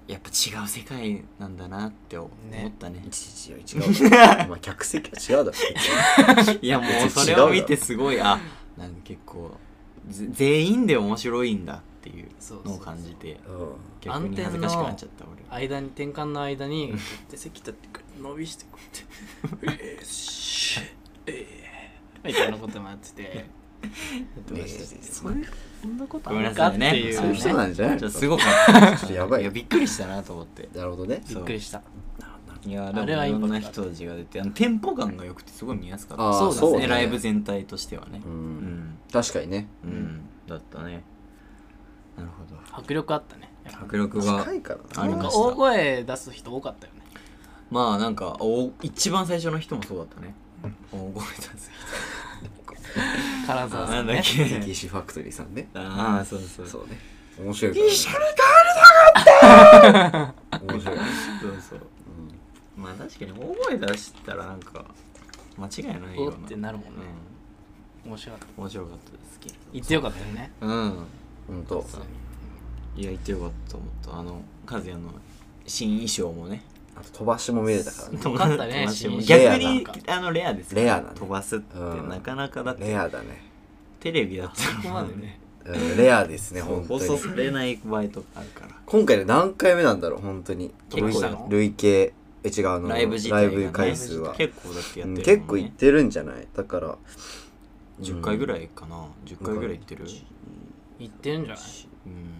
[SPEAKER 3] やっぱ違う世界なんだなって思った *laughs* ね
[SPEAKER 1] いちいち違うだろお前客席は違うだろ
[SPEAKER 3] *laughs* いやもう
[SPEAKER 1] 別に
[SPEAKER 3] それを見てすごいあなんか結構ぜ全員で面白いんだっていうのを感じて
[SPEAKER 1] う
[SPEAKER 3] 逆に恥ずかしくなっちゃった
[SPEAKER 2] 間に転換の間にこうやって席立ってこう伸びしてこうやって「えーしえーみたいなこともやって
[SPEAKER 3] *laughs*
[SPEAKER 2] て
[SPEAKER 3] 俺 *laughs*
[SPEAKER 1] ね
[SPEAKER 3] それ
[SPEAKER 2] そんなこと
[SPEAKER 3] ごめん
[SPEAKER 2] あ
[SPEAKER 3] な
[SPEAKER 2] るか
[SPEAKER 3] さ
[SPEAKER 2] っ
[SPEAKER 3] い
[SPEAKER 2] て
[SPEAKER 3] ね
[SPEAKER 2] いう
[SPEAKER 1] そういう人なんじゃない
[SPEAKER 3] ちょっとすごかった
[SPEAKER 1] *laughs* ちょっとやばい
[SPEAKER 3] やびっくりしたなと思って
[SPEAKER 1] んなるほどね
[SPEAKER 2] びっくりした
[SPEAKER 1] なるほどな
[SPEAKER 3] いや
[SPEAKER 2] あ
[SPEAKER 3] で
[SPEAKER 2] れは
[SPEAKER 3] もい
[SPEAKER 2] イ
[SPEAKER 3] ろ
[SPEAKER 2] ンパ
[SPEAKER 3] んな
[SPEAKER 2] クトあった
[SPEAKER 3] 人たちが出てあのテンポ感が良くてすごい見やすかった
[SPEAKER 1] あ
[SPEAKER 2] ーそうだね
[SPEAKER 3] ねライブ全体としてはね
[SPEAKER 1] う
[SPEAKER 3] うんん
[SPEAKER 1] 確かにね
[SPEAKER 3] うん、だったねなるほど
[SPEAKER 2] 迫力あったねやっぱ
[SPEAKER 3] 迫力が
[SPEAKER 1] 近いからな
[SPEAKER 3] あり
[SPEAKER 2] なん
[SPEAKER 3] ま
[SPEAKER 2] か
[SPEAKER 3] した
[SPEAKER 2] 大声出す人多かったよね
[SPEAKER 3] まあなんかお一番最初の人もそうだったね大声出す
[SPEAKER 2] 金沢さん
[SPEAKER 3] なんだ
[SPEAKER 2] ね
[SPEAKER 3] っけ
[SPEAKER 1] ティッシュファクトリーさんね
[SPEAKER 3] 人ああそうそう
[SPEAKER 1] そ
[SPEAKER 3] そう
[SPEAKER 1] うね面白いから
[SPEAKER 3] 一
[SPEAKER 1] ね
[SPEAKER 3] 緒に
[SPEAKER 1] 面白い
[SPEAKER 3] そうそうまあ確かに大声出したらなんか間違いないよ
[SPEAKER 2] お
[SPEAKER 3] う
[SPEAKER 2] っ
[SPEAKER 3] な
[SPEAKER 2] てなるもんね
[SPEAKER 3] う
[SPEAKER 2] 面白かった
[SPEAKER 3] ん面白かったですけど
[SPEAKER 2] 行ってよかったよね
[SPEAKER 3] うん
[SPEAKER 1] 本当
[SPEAKER 3] いや行ってよかったと思ったあの和也の新衣装もね
[SPEAKER 1] あと飛ばしも見れた
[SPEAKER 3] *laughs*
[SPEAKER 1] からね
[SPEAKER 2] よかったね
[SPEAKER 3] 友達も
[SPEAKER 2] 新衣
[SPEAKER 1] 装
[SPEAKER 3] 逆に
[SPEAKER 2] レ
[SPEAKER 3] あのレアです
[SPEAKER 1] レアだね
[SPEAKER 3] 飛ばすって
[SPEAKER 1] うん
[SPEAKER 3] なかなかだって
[SPEAKER 1] レアだね
[SPEAKER 3] テレビだったら
[SPEAKER 2] ここまでね
[SPEAKER 1] うんレアですね
[SPEAKER 3] そう
[SPEAKER 1] 本当
[SPEAKER 3] 放
[SPEAKER 1] に
[SPEAKER 3] 送されない場合とかあるから
[SPEAKER 1] 今回で何回目なんだろう本当に
[SPEAKER 3] 結構だよ
[SPEAKER 1] 累計え違うあの
[SPEAKER 3] ライブ自体
[SPEAKER 1] ライ
[SPEAKER 3] がね
[SPEAKER 1] ブ回数は
[SPEAKER 3] 結構だってやってるもん
[SPEAKER 1] う
[SPEAKER 3] ね
[SPEAKER 1] ん結構いってるんじゃないだから
[SPEAKER 3] 10回ぐら
[SPEAKER 1] い
[SPEAKER 3] いかな10回ぐらい行ってる
[SPEAKER 2] 行ってるんじゃない
[SPEAKER 3] うん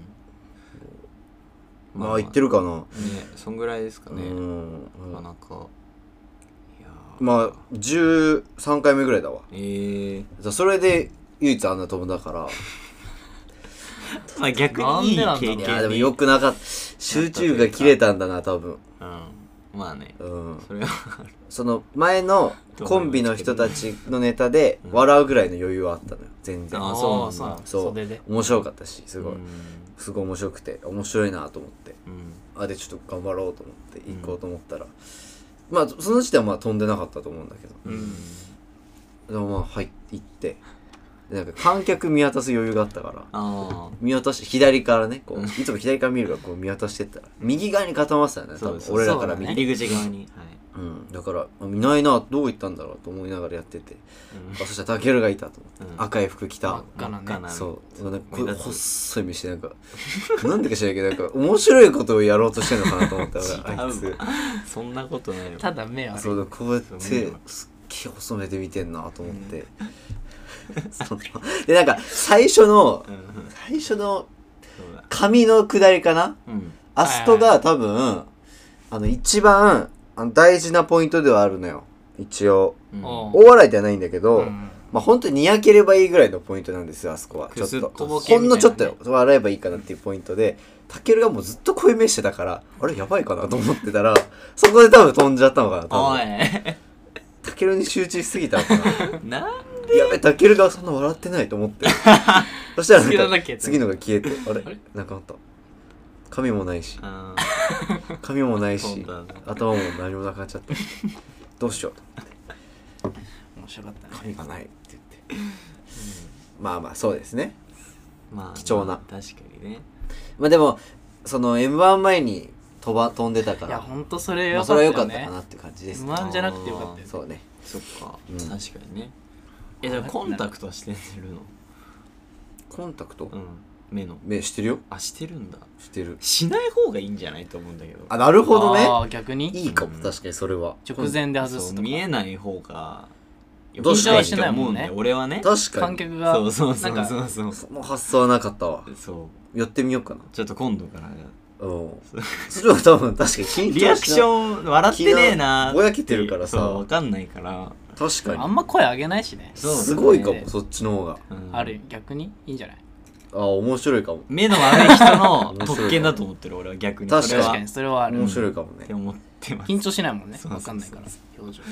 [SPEAKER 1] まあいってるかな
[SPEAKER 3] ねそんぐらいですか
[SPEAKER 1] う
[SPEAKER 3] ね
[SPEAKER 1] ん
[SPEAKER 3] なかなかいやー
[SPEAKER 1] まあ13回目ぐらいだわ
[SPEAKER 3] えー
[SPEAKER 1] じゃあそれで唯一あんな飛ぶだから
[SPEAKER 3] まあ逆にいい
[SPEAKER 2] なんでなん
[SPEAKER 3] 経験
[SPEAKER 1] い
[SPEAKER 2] だろう
[SPEAKER 3] に
[SPEAKER 1] やでもよくなかった集中が切れたんだな多分
[SPEAKER 3] うんまあね
[SPEAKER 1] うん
[SPEAKER 3] それは
[SPEAKER 1] その前のコンビの人たちのネタで
[SPEAKER 3] うん
[SPEAKER 1] 笑うぐらいの余裕はあったのよ全然
[SPEAKER 3] あそうなんだ
[SPEAKER 2] ーそう
[SPEAKER 1] そう
[SPEAKER 2] 袖で
[SPEAKER 1] 面白かったしすごい、
[SPEAKER 3] うん
[SPEAKER 1] すごい面白くて面白いなと思って
[SPEAKER 3] うん
[SPEAKER 1] あでちょっと頑張ろうと思って行こうと思ったら、まあその時点はまあ飛んでなかったと思うんだけど
[SPEAKER 3] うん
[SPEAKER 1] でもまあ入って行ってでなんか観客見渡す余裕があったから
[SPEAKER 3] あ
[SPEAKER 1] 見渡し左からねこ
[SPEAKER 3] うん
[SPEAKER 1] ういつも左から見るからこう見渡してったら右側に固まってたよね
[SPEAKER 3] あ
[SPEAKER 1] 多分
[SPEAKER 3] そう
[SPEAKER 1] 俺らから見
[SPEAKER 2] ね
[SPEAKER 1] て
[SPEAKER 3] 入り口側には
[SPEAKER 1] う、ん、だからあいないなどう行ったんだろうと思いながらやっててあそ
[SPEAKER 3] い
[SPEAKER 1] したらタケルがいたと思って、
[SPEAKER 3] うん
[SPEAKER 1] 赤い服着た
[SPEAKER 2] 真っ赤な
[SPEAKER 3] 真っ赤
[SPEAKER 2] ね
[SPEAKER 3] な
[SPEAKER 1] そうなんかこ
[SPEAKER 3] 目
[SPEAKER 1] う
[SPEAKER 3] 立つ
[SPEAKER 1] 細い飯なんかなんでか知らんけどなんか面白いことをやろうとしてんのかなと思った
[SPEAKER 3] 違う
[SPEAKER 1] ら
[SPEAKER 3] わ
[SPEAKER 1] あいつ
[SPEAKER 3] そんなことないよ
[SPEAKER 2] ただ目は
[SPEAKER 1] そうだこうやっ
[SPEAKER 3] そう見
[SPEAKER 1] て
[SPEAKER 3] るわ
[SPEAKER 1] すっげえ細めて見てんなと思って、そのでなんか最初の
[SPEAKER 3] うんうん
[SPEAKER 1] 最初の
[SPEAKER 3] そうだ
[SPEAKER 1] 髪の下りかな
[SPEAKER 3] うん
[SPEAKER 1] アストが多分あの一番あの大事なポイントではあるのよ一応
[SPEAKER 3] うん
[SPEAKER 2] おう
[SPEAKER 1] 大笑いではないんだけど、
[SPEAKER 2] うん
[SPEAKER 1] まあ本当ににやければいいぐらいのポイントなんですよあそこはちょ
[SPEAKER 3] く
[SPEAKER 1] っ
[SPEAKER 3] すっ
[SPEAKER 1] と
[SPEAKER 3] と
[SPEAKER 2] ぼけ
[SPEAKER 1] ほ
[SPEAKER 2] みた
[SPEAKER 1] んの
[SPEAKER 2] いなね
[SPEAKER 1] ちょっとよ笑えばいいかなっていうポイントでたけるがもうずっと濃い目してたからあれやばいかなと思ってたらそこで多分飛んじゃったのかな多
[SPEAKER 3] おい
[SPEAKER 1] 分たけるに集中しすぎたのかな
[SPEAKER 3] *laughs* な
[SPEAKER 1] やべたけるがそんな笑ってないと思ってそしたら
[SPEAKER 2] 次の
[SPEAKER 1] なん
[SPEAKER 2] だ
[SPEAKER 1] か
[SPEAKER 2] け
[SPEAKER 1] 次のが消えてあれ
[SPEAKER 2] あれ
[SPEAKER 1] なくなった髪もないし
[SPEAKER 3] あ
[SPEAKER 1] 髪もないし
[SPEAKER 3] そうだね
[SPEAKER 1] 頭も何もなくなっちゃったどうしようと
[SPEAKER 2] 面白かったね
[SPEAKER 1] 髪がないって言ってまあまあそうですね
[SPEAKER 3] ーまあ
[SPEAKER 1] 貴重な
[SPEAKER 3] 確かにね
[SPEAKER 1] まあでもその m 1前に飛ば飛んでたか
[SPEAKER 2] いや
[SPEAKER 1] ら
[SPEAKER 2] ほんとそれ
[SPEAKER 1] まあ
[SPEAKER 2] よ
[SPEAKER 1] そ
[SPEAKER 2] か
[SPEAKER 1] れ
[SPEAKER 2] っ
[SPEAKER 1] は
[SPEAKER 2] た
[SPEAKER 1] 良かった
[SPEAKER 2] よね
[SPEAKER 1] かなっていう感じです
[SPEAKER 2] 不安じゃなくてよかったよね
[SPEAKER 1] そうね
[SPEAKER 3] そっか
[SPEAKER 1] うん
[SPEAKER 3] 確かにねえじゃあコンタクトはしてるの
[SPEAKER 1] コンタクト
[SPEAKER 3] うん目の
[SPEAKER 1] 目してるよ
[SPEAKER 3] あしてるんだ
[SPEAKER 1] してる
[SPEAKER 3] しない方がいいんじゃないと思うんだけど
[SPEAKER 1] あなるほど
[SPEAKER 2] あ
[SPEAKER 1] ね
[SPEAKER 2] ー逆に
[SPEAKER 1] いいかも
[SPEAKER 3] うん
[SPEAKER 1] 確かにそれは
[SPEAKER 2] 直前で外
[SPEAKER 3] そ
[SPEAKER 2] すと
[SPEAKER 3] う
[SPEAKER 2] か
[SPEAKER 3] 見えない方が
[SPEAKER 1] どうして
[SPEAKER 3] いいと思うんだよ
[SPEAKER 2] しないもんね
[SPEAKER 3] 俺はね
[SPEAKER 1] 確か
[SPEAKER 2] 観
[SPEAKER 1] に
[SPEAKER 2] 客が
[SPEAKER 3] そうそうそ
[SPEAKER 2] なん
[SPEAKER 3] う
[SPEAKER 2] か
[SPEAKER 3] そうそう
[SPEAKER 1] その発想はなかったわ
[SPEAKER 3] そう
[SPEAKER 1] やってみようかな
[SPEAKER 3] ちょっと今度から
[SPEAKER 1] うんそれは多分確かに緊張しない
[SPEAKER 3] リアクション笑ってねえな
[SPEAKER 1] 昨日ぼやけてるからさ
[SPEAKER 3] そうわかんないから
[SPEAKER 1] 確
[SPEAKER 2] あ
[SPEAKER 1] か
[SPEAKER 2] んま声上げないしね、
[SPEAKER 3] そう
[SPEAKER 1] に
[SPEAKER 3] だね
[SPEAKER 1] すごいかもそっちの方が
[SPEAKER 3] うん
[SPEAKER 2] ある意味逆にいいんじゃない
[SPEAKER 1] あ面白いかも
[SPEAKER 3] 目の悪い人の
[SPEAKER 1] *laughs* 面白い
[SPEAKER 3] 特権だと思ってる俺は逆に
[SPEAKER 1] 確
[SPEAKER 3] それ
[SPEAKER 1] かに
[SPEAKER 2] 確
[SPEAKER 3] は
[SPEAKER 2] かにそれはある
[SPEAKER 1] 面白いかも
[SPEAKER 3] っ
[SPEAKER 1] ね
[SPEAKER 3] て思ってます
[SPEAKER 2] 緊張しないもんね
[SPEAKER 3] そうそ
[SPEAKER 2] 分
[SPEAKER 3] うそ
[SPEAKER 2] か
[SPEAKER 3] うん
[SPEAKER 2] ないから表情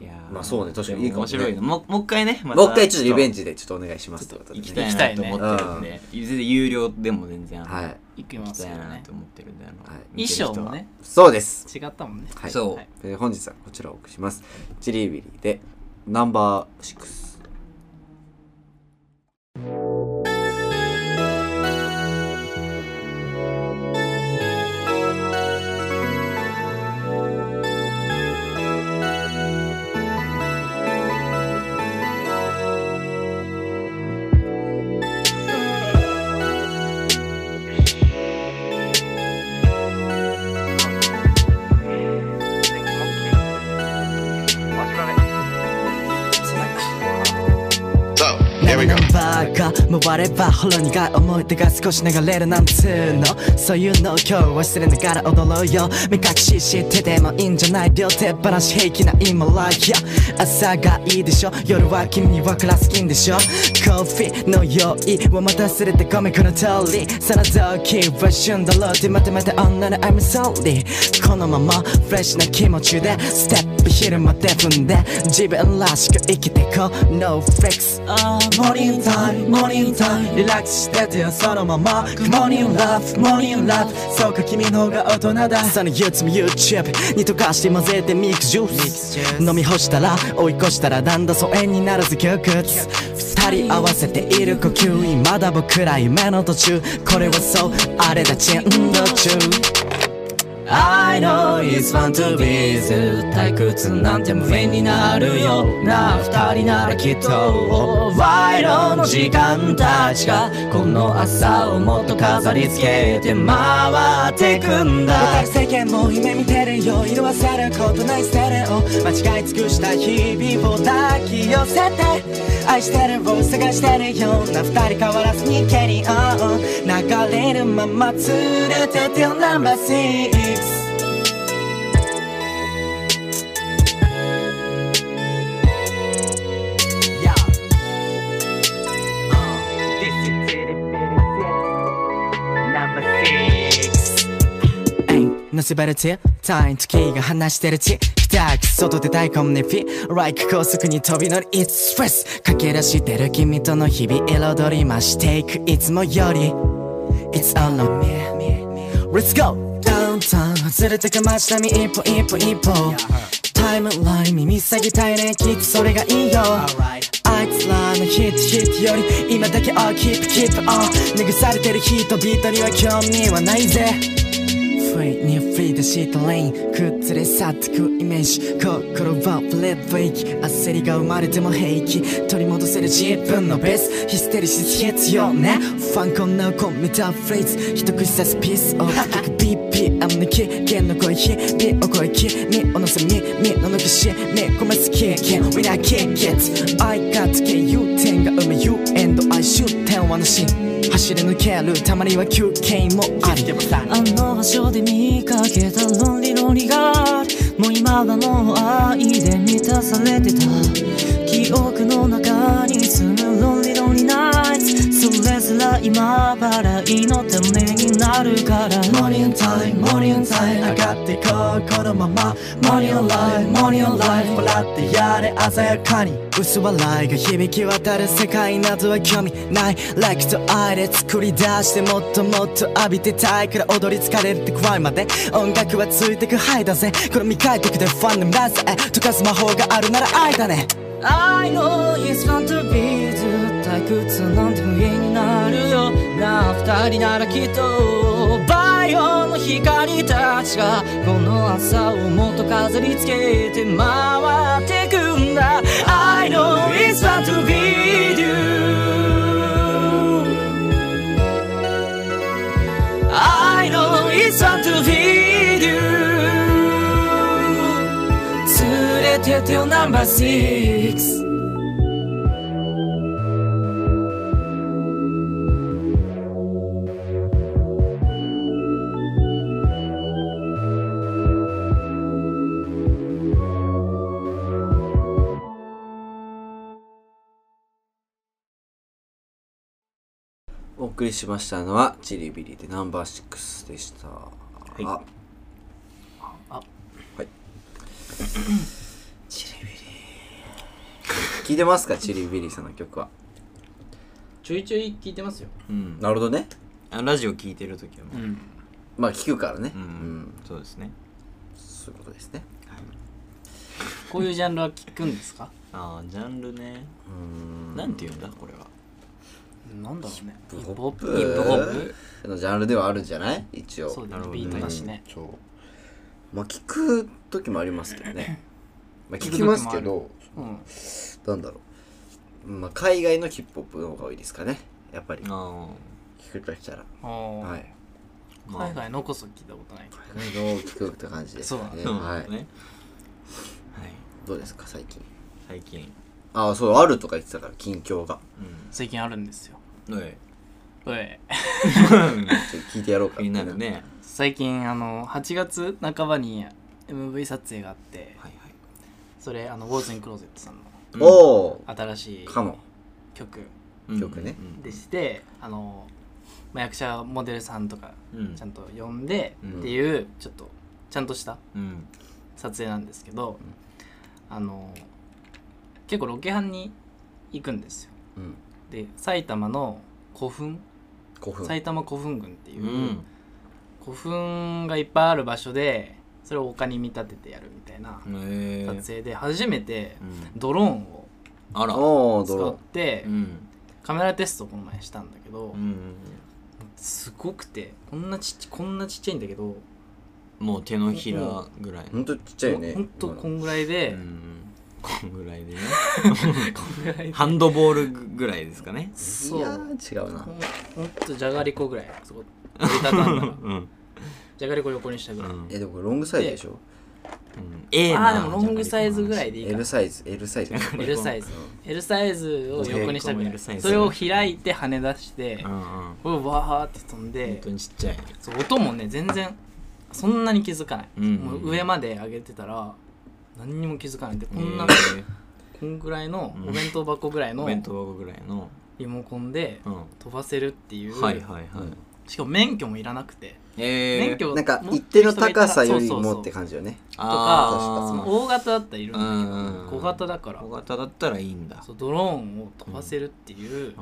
[SPEAKER 3] いやー
[SPEAKER 1] まあそうね確かにいいかも
[SPEAKER 3] 面白
[SPEAKER 1] ね
[SPEAKER 3] いのもうもう一回ねまた
[SPEAKER 1] もう一回ちょっとリベンジでちょっとお願いしますってことで
[SPEAKER 3] 行き
[SPEAKER 1] ね
[SPEAKER 3] たいなと思ってるんで全然有料でも全然あの
[SPEAKER 1] はい
[SPEAKER 2] いき
[SPEAKER 3] 行
[SPEAKER 2] ま
[SPEAKER 3] き
[SPEAKER 2] す
[SPEAKER 3] た
[SPEAKER 2] よ
[SPEAKER 3] いな
[SPEAKER 2] ね
[SPEAKER 3] と思ってるんであの
[SPEAKER 1] はい
[SPEAKER 2] 衣装もね
[SPEAKER 1] そうです
[SPEAKER 2] 違ったもんね
[SPEAKER 1] はい
[SPEAKER 3] そう
[SPEAKER 2] はい
[SPEAKER 1] えー本日はこちらをお送りしますチリビリでナンバー6
[SPEAKER 4] ナンバーがが回ればほろ苦い思い出が少し流れるなんつうのそういうのを今日忘れながら踊ろうよ目隠ししててもいいんじゃない両手放し平気な今 like 朝がいいでしょ夜は君は暗すぎんでしょコーヒーの用意を待たせれてごめんこの通りその時は旬だろうってまとめて女の I'm sorry このままフレッシュな気持ちでステップ昼まで踏んで自分らしく生きてこう No flex あーモーニングタイムモーニングタイムリラックスしててよそのまま Good morning love morning love そうか君の方が大人だその憂鬱も YouTube に溶かして混ぜてミックスジュース飲み干したら追い越したらだんだん疎遠にならず窮屈二人合わせている呼吸まだ僕ら夢の途中これはそうあれだ珍道中 I know it's fun to be with 退屈なんて無縁になるよな二人ならきっと賄賂の時間たちがこの朝をもっと飾り付けて回ってくんだ世間も夢見てるよ色褪せることないステレオ間違い尽くした日々を抱き寄せて愛してるを探してるような二人変わらずにケリオン流れるまま連れて till number six のせばるち単位月が話してるちひたき外で大根にピ Like 高速に飛び乗り It's stress 駆け出してる君との日々彩り増していくいつもより It's all on me Let's go ダウンタウン外れてく街並み一歩一歩一歩タイムライン耳下げたいねきっとそれがいいよあいつらのヒットヒットより今だけをキープキープオン拭されてる人々には興味はないぜ不意に振り出したレイン崩れ去ってくイメージ心はブレッドイキ焦りが生まれても平気取り戻せる自分のベースヒステリシス必要ねファンコンなコンメタフレーズ一口刺すピースを聞く BPM の危険の声日々を超え君をのせみ身の抜きしみ込めすき Can we not kick it? I got KU 点が生む You and I shoot 点はなし走り抜けるたまには休憩もあり
[SPEAKER 5] あの場所で見かけたロンリロリがもう今はもう愛で満たされてた記憶の中に住むロンリロリナイツそれすら今払いのためになるから
[SPEAKER 4] モーニングタイムモーニングタイム上がっていこうこのままモーニングライフモーニングライフ笑ってやれ鮮やかに薄笑いが響き渡る世界などは興味ない Like と愛で作り出してもっともっと浴びてたいから踊り疲れるってくらいまで音楽はついてくハイだぜこれ未開拓でファンでもラズへ溶かす魔法があるなら愛だね
[SPEAKER 5] I know it's fun to be ずっと退屈なんて無縁になるよなあ二人ならきっとバイオの光たちがこの朝をもっと飾り付けて回ってくんだ I know it's fun to be with you I know it's fun to be with you 連れててよナンバー6
[SPEAKER 1] お送りしましたのは「チリビリ」でナンバー6でしたはいあはいチリビリ聞いてますかチリビリさんの曲は
[SPEAKER 2] ちょいちょい聞いてますよ
[SPEAKER 3] うん、
[SPEAKER 1] なるほどね
[SPEAKER 3] あラジオ聞いてる時はもう、
[SPEAKER 2] ん
[SPEAKER 1] まあ聞くからねう、
[SPEAKER 3] うんんそうですね
[SPEAKER 1] そういうことですね
[SPEAKER 2] こういうジャンルは聞くんですか
[SPEAKER 3] ああジャンルね、
[SPEAKER 1] うん
[SPEAKER 3] なんて言うんだこれは
[SPEAKER 2] なんだろうねヒ
[SPEAKER 1] ヒ
[SPEAKER 2] ッ
[SPEAKER 1] ッ
[SPEAKER 2] プホッ
[SPEAKER 1] プ
[SPEAKER 2] プヒップホップ
[SPEAKER 1] のジャンルではあるんじゃない一応
[SPEAKER 2] そうだ
[SPEAKER 3] なる
[SPEAKER 2] ね
[SPEAKER 3] ほどね
[SPEAKER 2] ビートだしね
[SPEAKER 1] そうまあ聞く時もありますけどねまあ聞きますけど
[SPEAKER 2] うん
[SPEAKER 1] なんだろう、まあ、海外のヒップホップの方が多いですかねやっぱり
[SPEAKER 3] あ
[SPEAKER 1] 聞くとしたら
[SPEAKER 2] あ
[SPEAKER 1] は
[SPEAKER 2] ー
[SPEAKER 1] い
[SPEAKER 3] まあ
[SPEAKER 2] 海外のこそ聞いたことないけど
[SPEAKER 1] 海外のを聞くって感じ
[SPEAKER 2] *laughs*
[SPEAKER 1] ですかね
[SPEAKER 3] あそう
[SPEAKER 1] は
[SPEAKER 3] なんだ
[SPEAKER 1] い
[SPEAKER 3] ねはい
[SPEAKER 1] どうですか最近
[SPEAKER 3] 最近
[SPEAKER 1] ああそうあるとか言ってたから近況が
[SPEAKER 3] うん
[SPEAKER 2] 最近あるんですよ
[SPEAKER 3] はい
[SPEAKER 2] おい
[SPEAKER 1] ちょっと聞いてやろうか
[SPEAKER 3] 気になるね
[SPEAKER 2] 最近あの8月半ばに MV 撮影があって
[SPEAKER 3] はい
[SPEAKER 2] それあのウォーズ・イン・クローゼットさんの
[SPEAKER 3] はい
[SPEAKER 1] おお
[SPEAKER 2] 新しい
[SPEAKER 1] かも
[SPEAKER 2] 曲
[SPEAKER 3] うん
[SPEAKER 1] 曲ね
[SPEAKER 2] でしてあの、まあ、役者モデルさんとか
[SPEAKER 3] うんうん
[SPEAKER 2] ちゃんと呼んで
[SPEAKER 3] うん
[SPEAKER 2] っていうちょっとちゃんとした
[SPEAKER 3] うん
[SPEAKER 2] 撮影なんですけど、あの結構ロケハンに行くんですよ
[SPEAKER 1] うん
[SPEAKER 2] で埼玉の古墳
[SPEAKER 1] 古墳
[SPEAKER 2] 埼玉古墳群っていう、
[SPEAKER 3] うん
[SPEAKER 2] 古墳がいっぱいある場所でそれを丘に見立ててやるみたいな
[SPEAKER 3] へえ
[SPEAKER 2] 撮影で初めて
[SPEAKER 3] うん
[SPEAKER 2] ドローンを
[SPEAKER 3] あら
[SPEAKER 1] おおド
[SPEAKER 2] 使っ
[SPEAKER 1] ロ
[SPEAKER 2] て
[SPEAKER 3] うん
[SPEAKER 2] カメラテストをこの前したんだけど、
[SPEAKER 3] うん
[SPEAKER 2] すごくてこんなちっちこんなちっちゃいんだけど
[SPEAKER 3] もう手のひらぐらい
[SPEAKER 1] ーほんとちっちゃいよね
[SPEAKER 2] ほんとこ
[SPEAKER 1] 今の
[SPEAKER 2] んぐらいうで、
[SPEAKER 3] んこんぐらいでね
[SPEAKER 2] こんぐらいで
[SPEAKER 3] ハンドボールぐらいですか
[SPEAKER 2] *laughs*
[SPEAKER 3] ね
[SPEAKER 2] そう
[SPEAKER 1] いやー違うな
[SPEAKER 2] ほんほんとじゃがりこぐらいそこ折りたたん
[SPEAKER 3] *laughs*
[SPEAKER 2] だら
[SPEAKER 3] うん
[SPEAKER 2] じゃがりこ横にしたぐらい、
[SPEAKER 1] えでもこれロングサイズでしょ
[SPEAKER 3] え
[SPEAKER 2] ああでもロングサイズぐらい
[SPEAKER 3] で
[SPEAKER 2] でいいか
[SPEAKER 1] L サイズ L サイズ
[SPEAKER 2] L サイズ L サイズを横にしたぐら
[SPEAKER 3] L
[SPEAKER 2] い
[SPEAKER 3] サイズ
[SPEAKER 2] それを開いて跳ね出して
[SPEAKER 3] うんうん本
[SPEAKER 2] これわーって飛んで
[SPEAKER 3] 当にちっちゃい
[SPEAKER 2] そう音もね全然そんなに気づかない、
[SPEAKER 3] うん
[SPEAKER 2] もう上まで上げてたら何にも気づかないでこんな、
[SPEAKER 3] えー
[SPEAKER 2] こんぐらいの
[SPEAKER 3] うん
[SPEAKER 2] お弁当箱ぐらい
[SPEAKER 3] お
[SPEAKER 2] の
[SPEAKER 3] 弁当箱ぐらいの
[SPEAKER 2] リモコンで
[SPEAKER 3] うん
[SPEAKER 2] 飛ばせるっていう、
[SPEAKER 3] はいはいはい
[SPEAKER 2] しかも免許もいらなくて、
[SPEAKER 3] え
[SPEAKER 2] 免許
[SPEAKER 1] なんか
[SPEAKER 2] 持っ
[SPEAKER 1] 一定
[SPEAKER 2] てる
[SPEAKER 1] の
[SPEAKER 2] 人がいた
[SPEAKER 1] 高
[SPEAKER 2] ら
[SPEAKER 1] さより
[SPEAKER 2] そうそうそ
[SPEAKER 1] も
[SPEAKER 2] う
[SPEAKER 1] って感じよね
[SPEAKER 3] と
[SPEAKER 2] とかその大型だったらいるんだ
[SPEAKER 3] うん
[SPEAKER 2] けど小型だから
[SPEAKER 3] 小型だったらいいんだ
[SPEAKER 2] そうドローンを飛ばせるっていう
[SPEAKER 3] う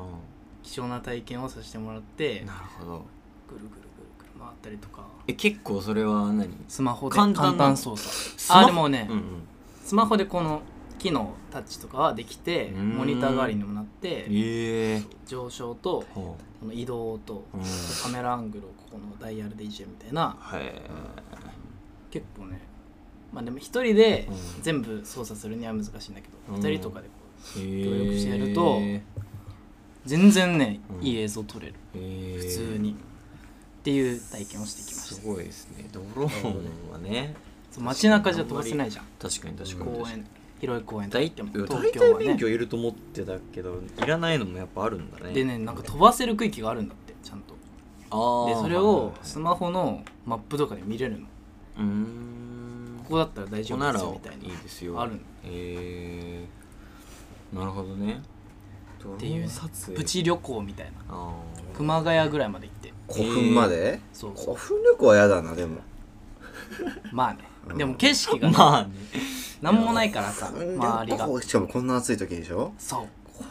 [SPEAKER 2] 貴重な体験をさせてもらって
[SPEAKER 3] んなるほど
[SPEAKER 2] ぐるぐるぐるぐる回ったりとか
[SPEAKER 3] え結構それは何
[SPEAKER 2] スマホで
[SPEAKER 3] 簡
[SPEAKER 2] 簡
[SPEAKER 3] 単な
[SPEAKER 2] 単操作
[SPEAKER 3] スマ
[SPEAKER 2] あ
[SPEAKER 3] ホ
[SPEAKER 2] でもね、
[SPEAKER 3] うん
[SPEAKER 2] スマホでこの機能タッチとかはできて
[SPEAKER 3] うん
[SPEAKER 2] モニター代わりにもなっ
[SPEAKER 3] うん
[SPEAKER 2] て
[SPEAKER 3] ええ
[SPEAKER 2] 上昇と
[SPEAKER 3] ほ
[SPEAKER 2] この移動と
[SPEAKER 3] うん
[SPEAKER 2] カメラアングルをここのダイヤルでいじるみたいな
[SPEAKER 3] うはいえ
[SPEAKER 2] 結構ねまあでも一人で
[SPEAKER 3] うん
[SPEAKER 2] 全部操作するには難しいんだけど
[SPEAKER 3] うん
[SPEAKER 2] 二人とかでこう
[SPEAKER 3] ー
[SPEAKER 2] 協力してやると全然ね
[SPEAKER 3] うん
[SPEAKER 2] いい映像撮れる
[SPEAKER 3] 普
[SPEAKER 2] 普通にっていう体験をしてきまし
[SPEAKER 3] す
[SPEAKER 2] た
[SPEAKER 3] ごいですねドローンはね
[SPEAKER 2] そう街中じゃ飛ばせないじゃん
[SPEAKER 3] 確かに確かに
[SPEAKER 2] 公園広い公園とか
[SPEAKER 3] 大
[SPEAKER 2] 行って
[SPEAKER 3] 体
[SPEAKER 2] も
[SPEAKER 3] 大
[SPEAKER 2] 東
[SPEAKER 3] 体
[SPEAKER 2] 京は
[SPEAKER 3] 免
[SPEAKER 2] ね
[SPEAKER 3] 許いると思ってたけどいらないのもやっぱあるんだね
[SPEAKER 2] でねなんか飛ばせる区域があるんだってちゃんと
[SPEAKER 3] あ
[SPEAKER 2] で
[SPEAKER 3] ー
[SPEAKER 2] それをスマホのマップとかで見れるの
[SPEAKER 3] うーん
[SPEAKER 2] ここだったら大丈
[SPEAKER 3] ここ
[SPEAKER 2] 夫
[SPEAKER 3] な
[SPEAKER 2] で
[SPEAKER 3] ら
[SPEAKER 2] す
[SPEAKER 3] い
[SPEAKER 2] よみたいない
[SPEAKER 3] ですよ
[SPEAKER 2] あるの
[SPEAKER 3] えー、なるほどね
[SPEAKER 2] っていうね
[SPEAKER 3] ドローン撮影
[SPEAKER 2] プチ旅行みたいな
[SPEAKER 3] あ
[SPEAKER 2] 熊谷ぐらいまで行って
[SPEAKER 1] 古墳まで
[SPEAKER 2] そう
[SPEAKER 1] 古墳旅行はやだなでも
[SPEAKER 2] まあねでも景色が
[SPEAKER 3] ー
[SPEAKER 2] ね
[SPEAKER 3] まあね
[SPEAKER 2] なんもないからさ
[SPEAKER 1] 古墳
[SPEAKER 2] 周り
[SPEAKER 1] 旅
[SPEAKER 2] が
[SPEAKER 1] 行しかもこんな暑い時でしょ
[SPEAKER 2] そう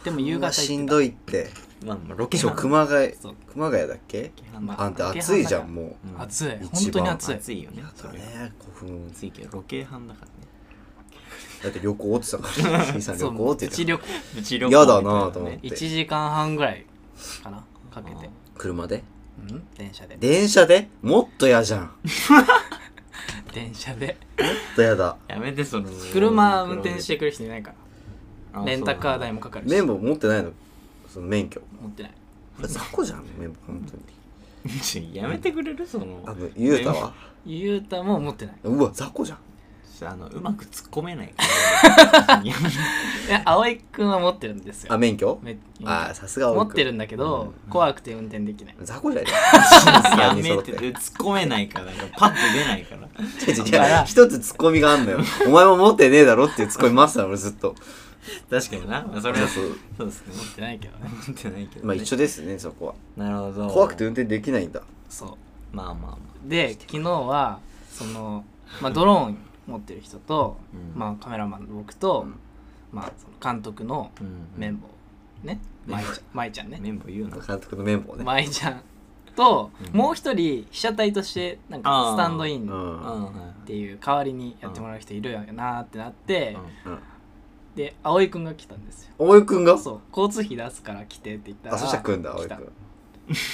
[SPEAKER 2] でも夕方
[SPEAKER 1] し
[SPEAKER 2] 行
[SPEAKER 1] ん
[SPEAKER 2] って
[SPEAKER 1] どいって
[SPEAKER 3] まあまあロケ
[SPEAKER 1] しか
[SPEAKER 3] ハ
[SPEAKER 1] も
[SPEAKER 3] ン
[SPEAKER 1] 熊谷
[SPEAKER 2] そう
[SPEAKER 1] 熊谷だっけ
[SPEAKER 3] ハンだ
[SPEAKER 2] ま
[SPEAKER 1] あんた暑いじゃんも
[SPEAKER 3] う
[SPEAKER 2] た
[SPEAKER 3] ん
[SPEAKER 2] 暑
[SPEAKER 1] 一
[SPEAKER 2] い
[SPEAKER 1] 番
[SPEAKER 2] 本当に暑い
[SPEAKER 3] 暑いよね
[SPEAKER 1] う
[SPEAKER 3] それは
[SPEAKER 1] ね古墳
[SPEAKER 3] 暑いけどロケハンだからね
[SPEAKER 1] だって旅行って言ってた
[SPEAKER 2] *laughs*
[SPEAKER 1] から C さん
[SPEAKER 2] そ
[SPEAKER 1] 旅行
[SPEAKER 2] う
[SPEAKER 1] って言っ
[SPEAKER 2] プ
[SPEAKER 1] て
[SPEAKER 2] チ
[SPEAKER 1] た
[SPEAKER 2] 旅行
[SPEAKER 3] プチ旅
[SPEAKER 1] やだなと思って
[SPEAKER 2] 1時間半ぐらいかなかけて
[SPEAKER 1] 車で
[SPEAKER 2] うん電車で
[SPEAKER 1] 電車でもっとやじゃんも
[SPEAKER 2] 電車で
[SPEAKER 1] っとやだ
[SPEAKER 3] やめてその
[SPEAKER 2] 車運転してくる人いないか
[SPEAKER 3] あ
[SPEAKER 2] らレンタカー代もかかるし
[SPEAKER 1] 綿棒持ってないのその免許
[SPEAKER 2] 持ってない
[SPEAKER 1] 雑魚じゃん綿棒本当に
[SPEAKER 3] そうなんだやめてくれるその
[SPEAKER 1] あのゆうたは
[SPEAKER 2] ゆうたも持ってないう
[SPEAKER 1] わ雑魚じゃん
[SPEAKER 3] あのうまく突っ込めないから、やめ
[SPEAKER 2] いや葵くんは持ってるんですよ
[SPEAKER 1] あ免許
[SPEAKER 2] め
[SPEAKER 1] あーさすが
[SPEAKER 2] 持
[SPEAKER 1] 青く
[SPEAKER 2] ってるんだけど、怖くて運転できない
[SPEAKER 1] 雑魚じゃねえ
[SPEAKER 3] やめて突っ込めないからパッと出ないから
[SPEAKER 1] 違う違う違う一つツッコミがあんのよお前も持ってねえだろっていうツッコミ待ってたの俺ずっと
[SPEAKER 3] 確かになまあそれはそうそうですね
[SPEAKER 2] 持ってないけどね
[SPEAKER 3] 持ってないけど、ね、
[SPEAKER 1] まあ一緒ですねそこは
[SPEAKER 3] なるほど
[SPEAKER 1] 怖くて運転できないんだ
[SPEAKER 2] そ
[SPEAKER 3] まあまあま
[SPEAKER 2] うで昨日はその、まあ、ドローン持ってる人と、
[SPEAKER 3] うん
[SPEAKER 2] まあ、カメラマンの僕と、
[SPEAKER 1] うん
[SPEAKER 2] まあ、その監督の
[SPEAKER 3] あ、うん
[SPEAKER 2] 綿棒ね舞ちゃん舞ちゃんね
[SPEAKER 3] 綿棒言うな
[SPEAKER 1] 監督の綿棒ね
[SPEAKER 2] 舞ちゃんと、
[SPEAKER 3] うん
[SPEAKER 2] もう一人被写体としてなん
[SPEAKER 3] あ
[SPEAKER 2] か
[SPEAKER 3] ー
[SPEAKER 2] スタンドイ
[SPEAKER 1] う
[SPEAKER 2] ンっ
[SPEAKER 3] うん
[SPEAKER 1] ん
[SPEAKER 3] はい
[SPEAKER 2] ていう代わりにやってもらう人いるよなーってなって、
[SPEAKER 1] うん
[SPEAKER 2] で葵くんが来たんですよ
[SPEAKER 1] 大井くんが
[SPEAKER 2] そう交通費出すから来てって言ったら
[SPEAKER 1] あそしたら来んだ青井
[SPEAKER 2] 来
[SPEAKER 1] く
[SPEAKER 2] た
[SPEAKER 1] ん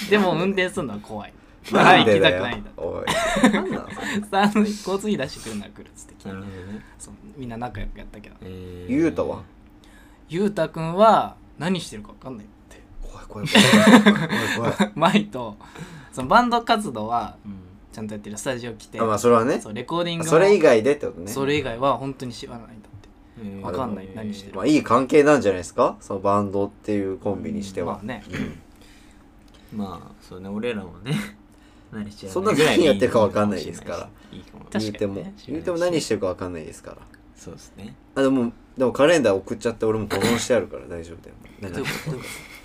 [SPEAKER 2] でも運転するのは怖い。 *laughs*
[SPEAKER 1] な
[SPEAKER 2] は
[SPEAKER 1] ん
[SPEAKER 2] い、行
[SPEAKER 1] で
[SPEAKER 2] きた
[SPEAKER 1] だ
[SPEAKER 2] く
[SPEAKER 1] よ
[SPEAKER 2] ないんだ。
[SPEAKER 1] お
[SPEAKER 2] *laughs*
[SPEAKER 1] いなんなのそれ
[SPEAKER 2] スタンドに交通費出してくるなら来るっつって
[SPEAKER 3] なるほどね
[SPEAKER 2] そうみんな仲良くやったけど、
[SPEAKER 3] えー
[SPEAKER 1] ゆうたは
[SPEAKER 2] ゆうたくんは何してるか分かんないって。 *laughs*
[SPEAKER 1] 怖い怖い怖い怖い怖い
[SPEAKER 2] 舞と、そのバンド活動は
[SPEAKER 3] うん
[SPEAKER 2] ちゃんとやってるスタジオ来て、
[SPEAKER 1] あまあそれはね
[SPEAKER 2] そうレコーディングも
[SPEAKER 1] それ以外でってことね
[SPEAKER 2] それ以外は本当に知らないんだって。
[SPEAKER 3] えー
[SPEAKER 2] わかんない何してる
[SPEAKER 1] まあいい関係なんじゃないですかそのバンドっていうコンビにして
[SPEAKER 2] ま
[SPEAKER 1] は
[SPEAKER 2] あね、
[SPEAKER 3] まあそうね俺らもね何して
[SPEAKER 1] そんな何やってるかわかんないですから
[SPEAKER 3] いいかもしれないし
[SPEAKER 1] 言
[SPEAKER 3] いいかも
[SPEAKER 1] うても、
[SPEAKER 2] 確かにね
[SPEAKER 1] 言うても何してるか分かんないですから
[SPEAKER 3] そうですね
[SPEAKER 1] あでもでもカレンダー送っちゃって俺も保存してあるから大丈夫だよなんか
[SPEAKER 2] どういうことどうい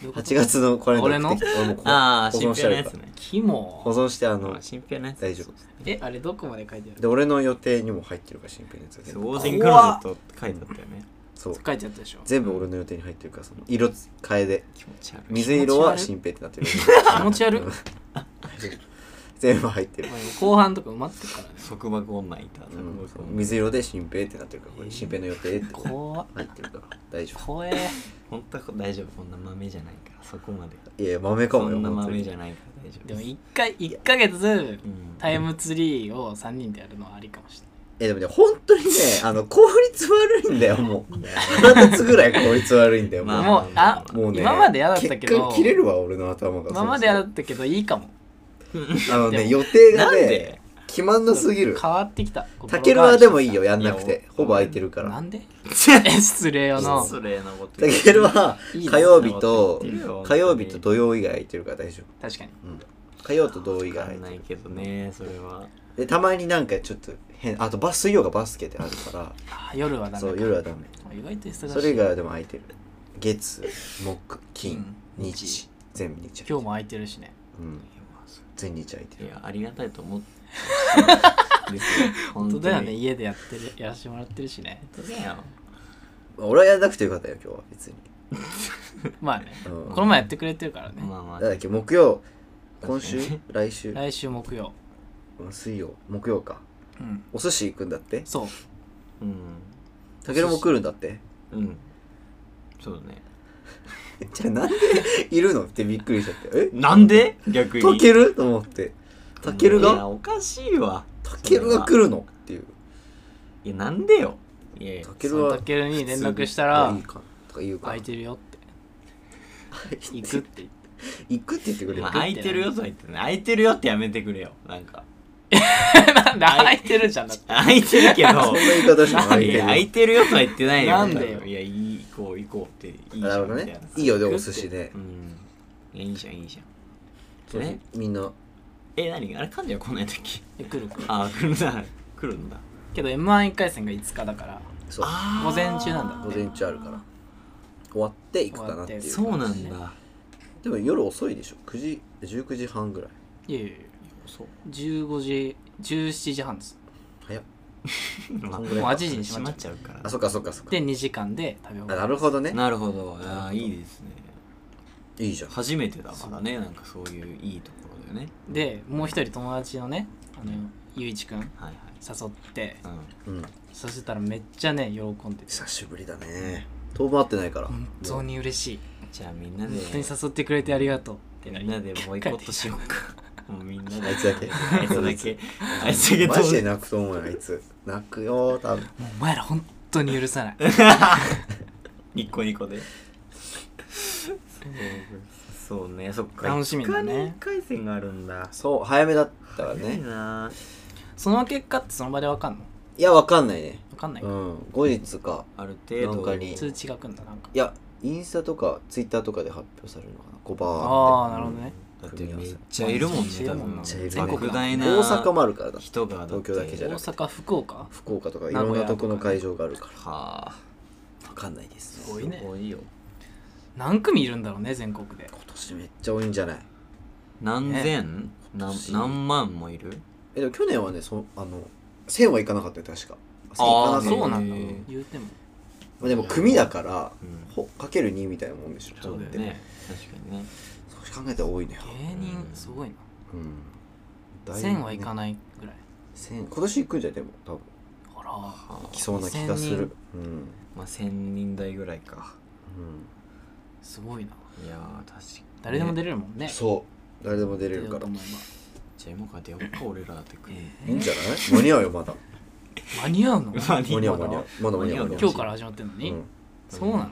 [SPEAKER 2] うこ
[SPEAKER 1] 8月のカレンダー送ってきて俺もこう
[SPEAKER 3] ああ
[SPEAKER 1] 保
[SPEAKER 3] 新
[SPEAKER 1] 存してあ
[SPEAKER 3] 品の
[SPEAKER 1] る
[SPEAKER 3] や
[SPEAKER 1] か
[SPEAKER 3] つ
[SPEAKER 1] ら
[SPEAKER 2] と
[SPEAKER 3] ね
[SPEAKER 2] キモ
[SPEAKER 1] 保存してあの
[SPEAKER 3] あ新品のやつ
[SPEAKER 1] 大丈夫
[SPEAKER 2] えあれどこまで書いてあ
[SPEAKER 1] で
[SPEAKER 2] る
[SPEAKER 1] 俺の予定にも入ってるから新品のやつが全
[SPEAKER 3] そう
[SPEAKER 1] 部
[SPEAKER 3] オーディンクローゼットって書いてあったよね
[SPEAKER 1] そう
[SPEAKER 2] 書いてあったでしょ
[SPEAKER 1] 全部俺の予定に入ってるからその色変えで
[SPEAKER 3] 気持ち悪い
[SPEAKER 1] 水色は新平ってなってる
[SPEAKER 2] 気持ち悪い
[SPEAKER 1] 全部入って
[SPEAKER 2] *laughs*
[SPEAKER 1] る
[SPEAKER 2] お前後半とか埋まってるからね
[SPEAKER 3] 束縛女いた束
[SPEAKER 1] う
[SPEAKER 3] 縛
[SPEAKER 1] んそう
[SPEAKER 3] 女
[SPEAKER 1] 水色で新平ってなってるからこれ新平の予定って
[SPEAKER 2] 怖っ
[SPEAKER 1] 入ってるから大丈
[SPEAKER 2] 怖え
[SPEAKER 3] 本当は大丈夫こんな豆じゃないからそこまで
[SPEAKER 1] 夫いや豆か
[SPEAKER 3] そ
[SPEAKER 1] もよ
[SPEAKER 3] んな
[SPEAKER 1] 本当
[SPEAKER 3] 豆
[SPEAKER 1] に
[SPEAKER 3] じゃないから大丈夫
[SPEAKER 2] でも一回一ヶ月
[SPEAKER 3] うん
[SPEAKER 2] タイムツリーを3人でやるのはありかもしれない
[SPEAKER 1] えでもね本当に
[SPEAKER 2] *laughs*
[SPEAKER 1] ねあの効率悪いんだよもう腹立つぐらい効率悪いんだよもう
[SPEAKER 3] まあ
[SPEAKER 2] もうあ
[SPEAKER 1] もうね
[SPEAKER 2] 今まで嫌だったけ
[SPEAKER 1] 結
[SPEAKER 2] ど
[SPEAKER 1] 果切れるわ俺の頭が
[SPEAKER 2] 今まで嫌だったけどいいかも
[SPEAKER 1] あのね予定が
[SPEAKER 3] なん
[SPEAKER 1] ね
[SPEAKER 3] で
[SPEAKER 1] 決まんなすぎる
[SPEAKER 2] 変わってきた心
[SPEAKER 1] た
[SPEAKER 2] が
[SPEAKER 1] けるはでもいいよやんなく
[SPEAKER 3] いや
[SPEAKER 1] てほぼ空いてるから
[SPEAKER 2] なんでえ *laughs* 失礼よな
[SPEAKER 3] 失礼なこと
[SPEAKER 1] た
[SPEAKER 3] 言う
[SPEAKER 1] けるは火曜日と
[SPEAKER 3] いいよ
[SPEAKER 1] 火曜日と土曜以外空いてるから大丈
[SPEAKER 2] 確かに
[SPEAKER 1] 夫、うん、火曜と土曜以
[SPEAKER 3] わ
[SPEAKER 1] 外
[SPEAKER 3] か
[SPEAKER 1] 空い
[SPEAKER 3] ん
[SPEAKER 1] てる
[SPEAKER 3] ないけどねそれは
[SPEAKER 1] でたまになんかちょっと変あとバス水曜がバスケであるか
[SPEAKER 2] あ夜
[SPEAKER 1] ら
[SPEAKER 2] はダメか
[SPEAKER 1] そう夜はダメ
[SPEAKER 2] 意外と忙しい
[SPEAKER 1] それ以外はでも空いてる月木
[SPEAKER 2] う
[SPEAKER 1] 金
[SPEAKER 2] ん
[SPEAKER 1] 日全部日
[SPEAKER 2] 今日も空いてるしね
[SPEAKER 1] うん全日空いて
[SPEAKER 3] い
[SPEAKER 1] る
[SPEAKER 3] やありがたいと思って本
[SPEAKER 2] 本当だよね家でやってるやらしてもらってるしね
[SPEAKER 3] 本当だよ
[SPEAKER 1] 俺はやらなくてよかったよ今日は別に、
[SPEAKER 2] まあね
[SPEAKER 1] うん、
[SPEAKER 2] この前やってくれてるからね
[SPEAKER 3] まあまあ
[SPEAKER 1] なんだっけ木曜今
[SPEAKER 3] 確か
[SPEAKER 1] 週
[SPEAKER 3] に
[SPEAKER 1] 来週
[SPEAKER 2] 来週木曜
[SPEAKER 1] 水曜木曜か
[SPEAKER 2] うん
[SPEAKER 1] お寿司行くんだって
[SPEAKER 2] そう
[SPEAKER 3] うん
[SPEAKER 1] たけるも来るんだって
[SPEAKER 3] うんそうね
[SPEAKER 1] じゃあなんで *laughs* いるのってびっくりしちゃってえ
[SPEAKER 3] なんで逆に
[SPEAKER 1] たけると思ってたける
[SPEAKER 3] いや
[SPEAKER 1] が
[SPEAKER 3] おかしいわ
[SPEAKER 1] たけるが来るのっていう
[SPEAKER 3] いやなんでよいやいや
[SPEAKER 1] たけるは
[SPEAKER 2] たけるに連絡したら
[SPEAKER 1] いいかとか言うから
[SPEAKER 2] 空いてるよって *laughs*
[SPEAKER 1] 行 *laughs*
[SPEAKER 2] 行くっ
[SPEAKER 1] く
[SPEAKER 2] て言って
[SPEAKER 1] 行くって言ってくれる
[SPEAKER 3] まあ空いてるよとは言ってね空いてるよってやめてくれよなんか
[SPEAKER 2] なんで *laughs* 空いてるじゃんだって
[SPEAKER 3] 空いてるけど *laughs*
[SPEAKER 1] そんな言い方しても空い
[SPEAKER 3] い
[SPEAKER 1] て
[SPEAKER 3] や空
[SPEAKER 1] る
[SPEAKER 3] いてるよとは言ってないよ
[SPEAKER 2] なんでよ
[SPEAKER 3] いやいい行こう行こうっていいじ
[SPEAKER 1] よな
[SPEAKER 3] ゃ
[SPEAKER 1] る
[SPEAKER 3] ん
[SPEAKER 1] ほど
[SPEAKER 3] みたい
[SPEAKER 1] ね
[SPEAKER 3] ない
[SPEAKER 1] いよでお寿司で
[SPEAKER 3] うんいやいいじゃんいいじゃん
[SPEAKER 1] そうそう
[SPEAKER 3] ね
[SPEAKER 1] みんな
[SPEAKER 3] え何あれ彼女は来ない時
[SPEAKER 2] え来る来る
[SPEAKER 3] ああ来るんだ来るんだ
[SPEAKER 2] けど m 1 1回戦が5日だから
[SPEAKER 1] そう
[SPEAKER 3] あ
[SPEAKER 2] 午前中なんだ
[SPEAKER 1] 午前中あるから終わって行くかなっていう
[SPEAKER 2] 終
[SPEAKER 3] そうなんだ
[SPEAKER 1] でも夜遅いでしょ9時19時半ぐらい
[SPEAKER 2] いやいやいや
[SPEAKER 3] そう
[SPEAKER 2] 15時17時半です
[SPEAKER 1] 早っ
[SPEAKER 3] まあ
[SPEAKER 1] もう
[SPEAKER 2] 8時に閉
[SPEAKER 3] 閉
[SPEAKER 2] ま
[SPEAKER 3] ま
[SPEAKER 2] っ
[SPEAKER 3] っ
[SPEAKER 2] ち
[SPEAKER 3] ちゃうか
[SPEAKER 1] あ
[SPEAKER 3] ら
[SPEAKER 1] そっかそっかそっか
[SPEAKER 2] で2時間で食べ終
[SPEAKER 1] あ
[SPEAKER 2] わ
[SPEAKER 1] な
[SPEAKER 2] る
[SPEAKER 1] るほどね
[SPEAKER 3] なるほどああいいですね
[SPEAKER 1] いいじゃん
[SPEAKER 3] 初めてだからねなんかそういういいところだよね
[SPEAKER 2] でもう一人友達のねあのゆういちくん
[SPEAKER 3] はい
[SPEAKER 2] 誘って
[SPEAKER 3] はい
[SPEAKER 1] うん
[SPEAKER 2] そしたらめっちゃね喜んでて
[SPEAKER 1] 久しぶりだね当分会ってないから
[SPEAKER 2] 本当に嬉しい
[SPEAKER 3] うんじゃあみんなで
[SPEAKER 2] 本当に誘ってくれてありがとうってな
[SPEAKER 3] み
[SPEAKER 2] り
[SPEAKER 3] んなでボイコットしようかもうみんなで
[SPEAKER 1] あいつだけ
[SPEAKER 3] あいつだけあいつだけ
[SPEAKER 1] *laughs* マジで泣くと思うよあいつ泣くよ多分
[SPEAKER 2] もうお前ら本当に許 *laughs* さない
[SPEAKER 3] ニッコニコでそうねそっか
[SPEAKER 2] 楽しみだね
[SPEAKER 3] 5日に一回戦があるんだ
[SPEAKER 1] そう早めだったから
[SPEAKER 3] いい
[SPEAKER 1] ね
[SPEAKER 3] な
[SPEAKER 2] その結果ってその場でわかんの
[SPEAKER 1] いやわかんないね
[SPEAKER 2] わかんないか、
[SPEAKER 1] うん後日か
[SPEAKER 3] ある程
[SPEAKER 1] なん
[SPEAKER 3] 度
[SPEAKER 1] かに
[SPEAKER 2] 通知が来んだなんか
[SPEAKER 1] いやインスタとかツイッターとかで発表されるのかな5番
[SPEAKER 2] ああなるほどね
[SPEAKER 3] だってめっちゃいるもんね多分
[SPEAKER 2] めっちゃいるね
[SPEAKER 3] 全国大な
[SPEAKER 1] 大阪もあるからだ
[SPEAKER 3] 人がだって
[SPEAKER 1] 東京だけじ
[SPEAKER 2] 大
[SPEAKER 1] ゃなくて
[SPEAKER 2] 阪福岡
[SPEAKER 1] 福岡とかいろんなとこの会場があるから
[SPEAKER 3] はあ
[SPEAKER 1] わかんないです
[SPEAKER 2] すごいね
[SPEAKER 3] すごいよ
[SPEAKER 2] 何組いるんだろうね全国で
[SPEAKER 1] 今年めっちゃ多いんじゃない
[SPEAKER 3] 何千何
[SPEAKER 1] 年
[SPEAKER 3] 何万もいる
[SPEAKER 1] えでも去年はねそあの1000はいかなかったよ確か1000
[SPEAKER 3] あー
[SPEAKER 1] いかなかった
[SPEAKER 2] そうなんだ
[SPEAKER 3] へー
[SPEAKER 2] 言うても
[SPEAKER 1] まあでも組だから、
[SPEAKER 3] うん
[SPEAKER 1] ほかける2みたいなもんでしょ
[SPEAKER 3] そうだよ
[SPEAKER 1] だって
[SPEAKER 3] ね確かにね
[SPEAKER 1] そう考えたら多いね
[SPEAKER 2] 芸人すごいな
[SPEAKER 1] うん
[SPEAKER 2] 1000はいか
[SPEAKER 1] い
[SPEAKER 2] ないぐらい
[SPEAKER 1] 今年行くんじゃんでも多分
[SPEAKER 2] ほら
[SPEAKER 1] 行きそうな気がするうん、うん、
[SPEAKER 3] まあ千人台ぐらいか
[SPEAKER 2] すごいない
[SPEAKER 3] やー確かに
[SPEAKER 2] 誰でも出
[SPEAKER 3] る
[SPEAKER 2] れるもんね
[SPEAKER 1] そう誰でも出れるから
[SPEAKER 2] と思え
[SPEAKER 3] じゃあ今から出ようか俺らだってくる
[SPEAKER 1] いいんじゃない間に合うよまだ
[SPEAKER 2] ば間に合うの
[SPEAKER 3] 間
[SPEAKER 1] 間に合う間に合うまだ間に合う
[SPEAKER 3] 間に合う
[SPEAKER 2] 今日から始まってんの
[SPEAKER 1] う
[SPEAKER 2] に、
[SPEAKER 1] ん
[SPEAKER 2] そうなの
[SPEAKER 3] まあ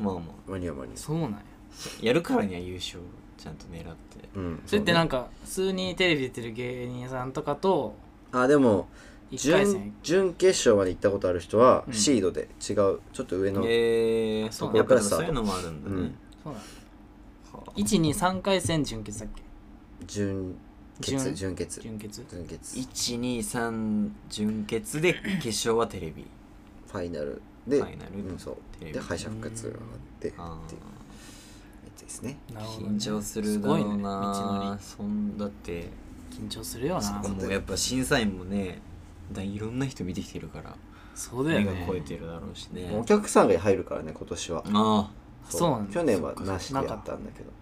[SPEAKER 3] まあ
[SPEAKER 1] 間に合う間に合
[SPEAKER 2] そうなんや
[SPEAKER 3] やるからには優勝ちゃんと狙って
[SPEAKER 1] ううん
[SPEAKER 2] それってなんんか普通にテレビ出てる芸人さんとかと
[SPEAKER 1] あでも
[SPEAKER 2] 1回戦
[SPEAKER 1] 準準決勝まで行ったことある人は
[SPEAKER 2] うん
[SPEAKER 1] シードで違うちょっと上の
[SPEAKER 3] えー、
[SPEAKER 2] そうな
[SPEAKER 3] そ
[SPEAKER 2] んだ
[SPEAKER 3] うやっぱりそういうのもあるんだ
[SPEAKER 1] うん
[SPEAKER 3] ね。
[SPEAKER 2] そうなの123回戦準決だっけ
[SPEAKER 1] 純血
[SPEAKER 2] 純
[SPEAKER 1] 純血
[SPEAKER 2] 準決
[SPEAKER 1] 純血
[SPEAKER 3] 123準決で決勝はテレビ
[SPEAKER 1] ファイナルで
[SPEAKER 3] ファイナル
[SPEAKER 1] うん、そ
[SPEAKER 3] テ
[SPEAKER 1] う
[SPEAKER 3] レビ
[SPEAKER 1] で敗者復活があってっていう
[SPEAKER 3] あ
[SPEAKER 1] や
[SPEAKER 3] ー
[SPEAKER 1] つですね
[SPEAKER 2] なるほどね
[SPEAKER 3] 緊張する
[SPEAKER 2] す
[SPEAKER 3] だろ
[SPEAKER 2] ご
[SPEAKER 3] う
[SPEAKER 2] いね道
[SPEAKER 3] な
[SPEAKER 2] の
[SPEAKER 3] そんだって
[SPEAKER 2] り緊張するよ
[SPEAKER 3] そ
[SPEAKER 2] な
[SPEAKER 3] こもやっぱ審査員もねだいろんな人見てきてるから
[SPEAKER 2] そうだよ
[SPEAKER 3] 目
[SPEAKER 2] ね
[SPEAKER 3] が超えてるだろうしね
[SPEAKER 1] お客さんが入るからね今年は
[SPEAKER 3] あ
[SPEAKER 2] そうなんだ
[SPEAKER 1] 去年はなしでや
[SPEAKER 2] な
[SPEAKER 1] っ
[SPEAKER 2] か
[SPEAKER 1] た
[SPEAKER 2] っ
[SPEAKER 1] んだけど今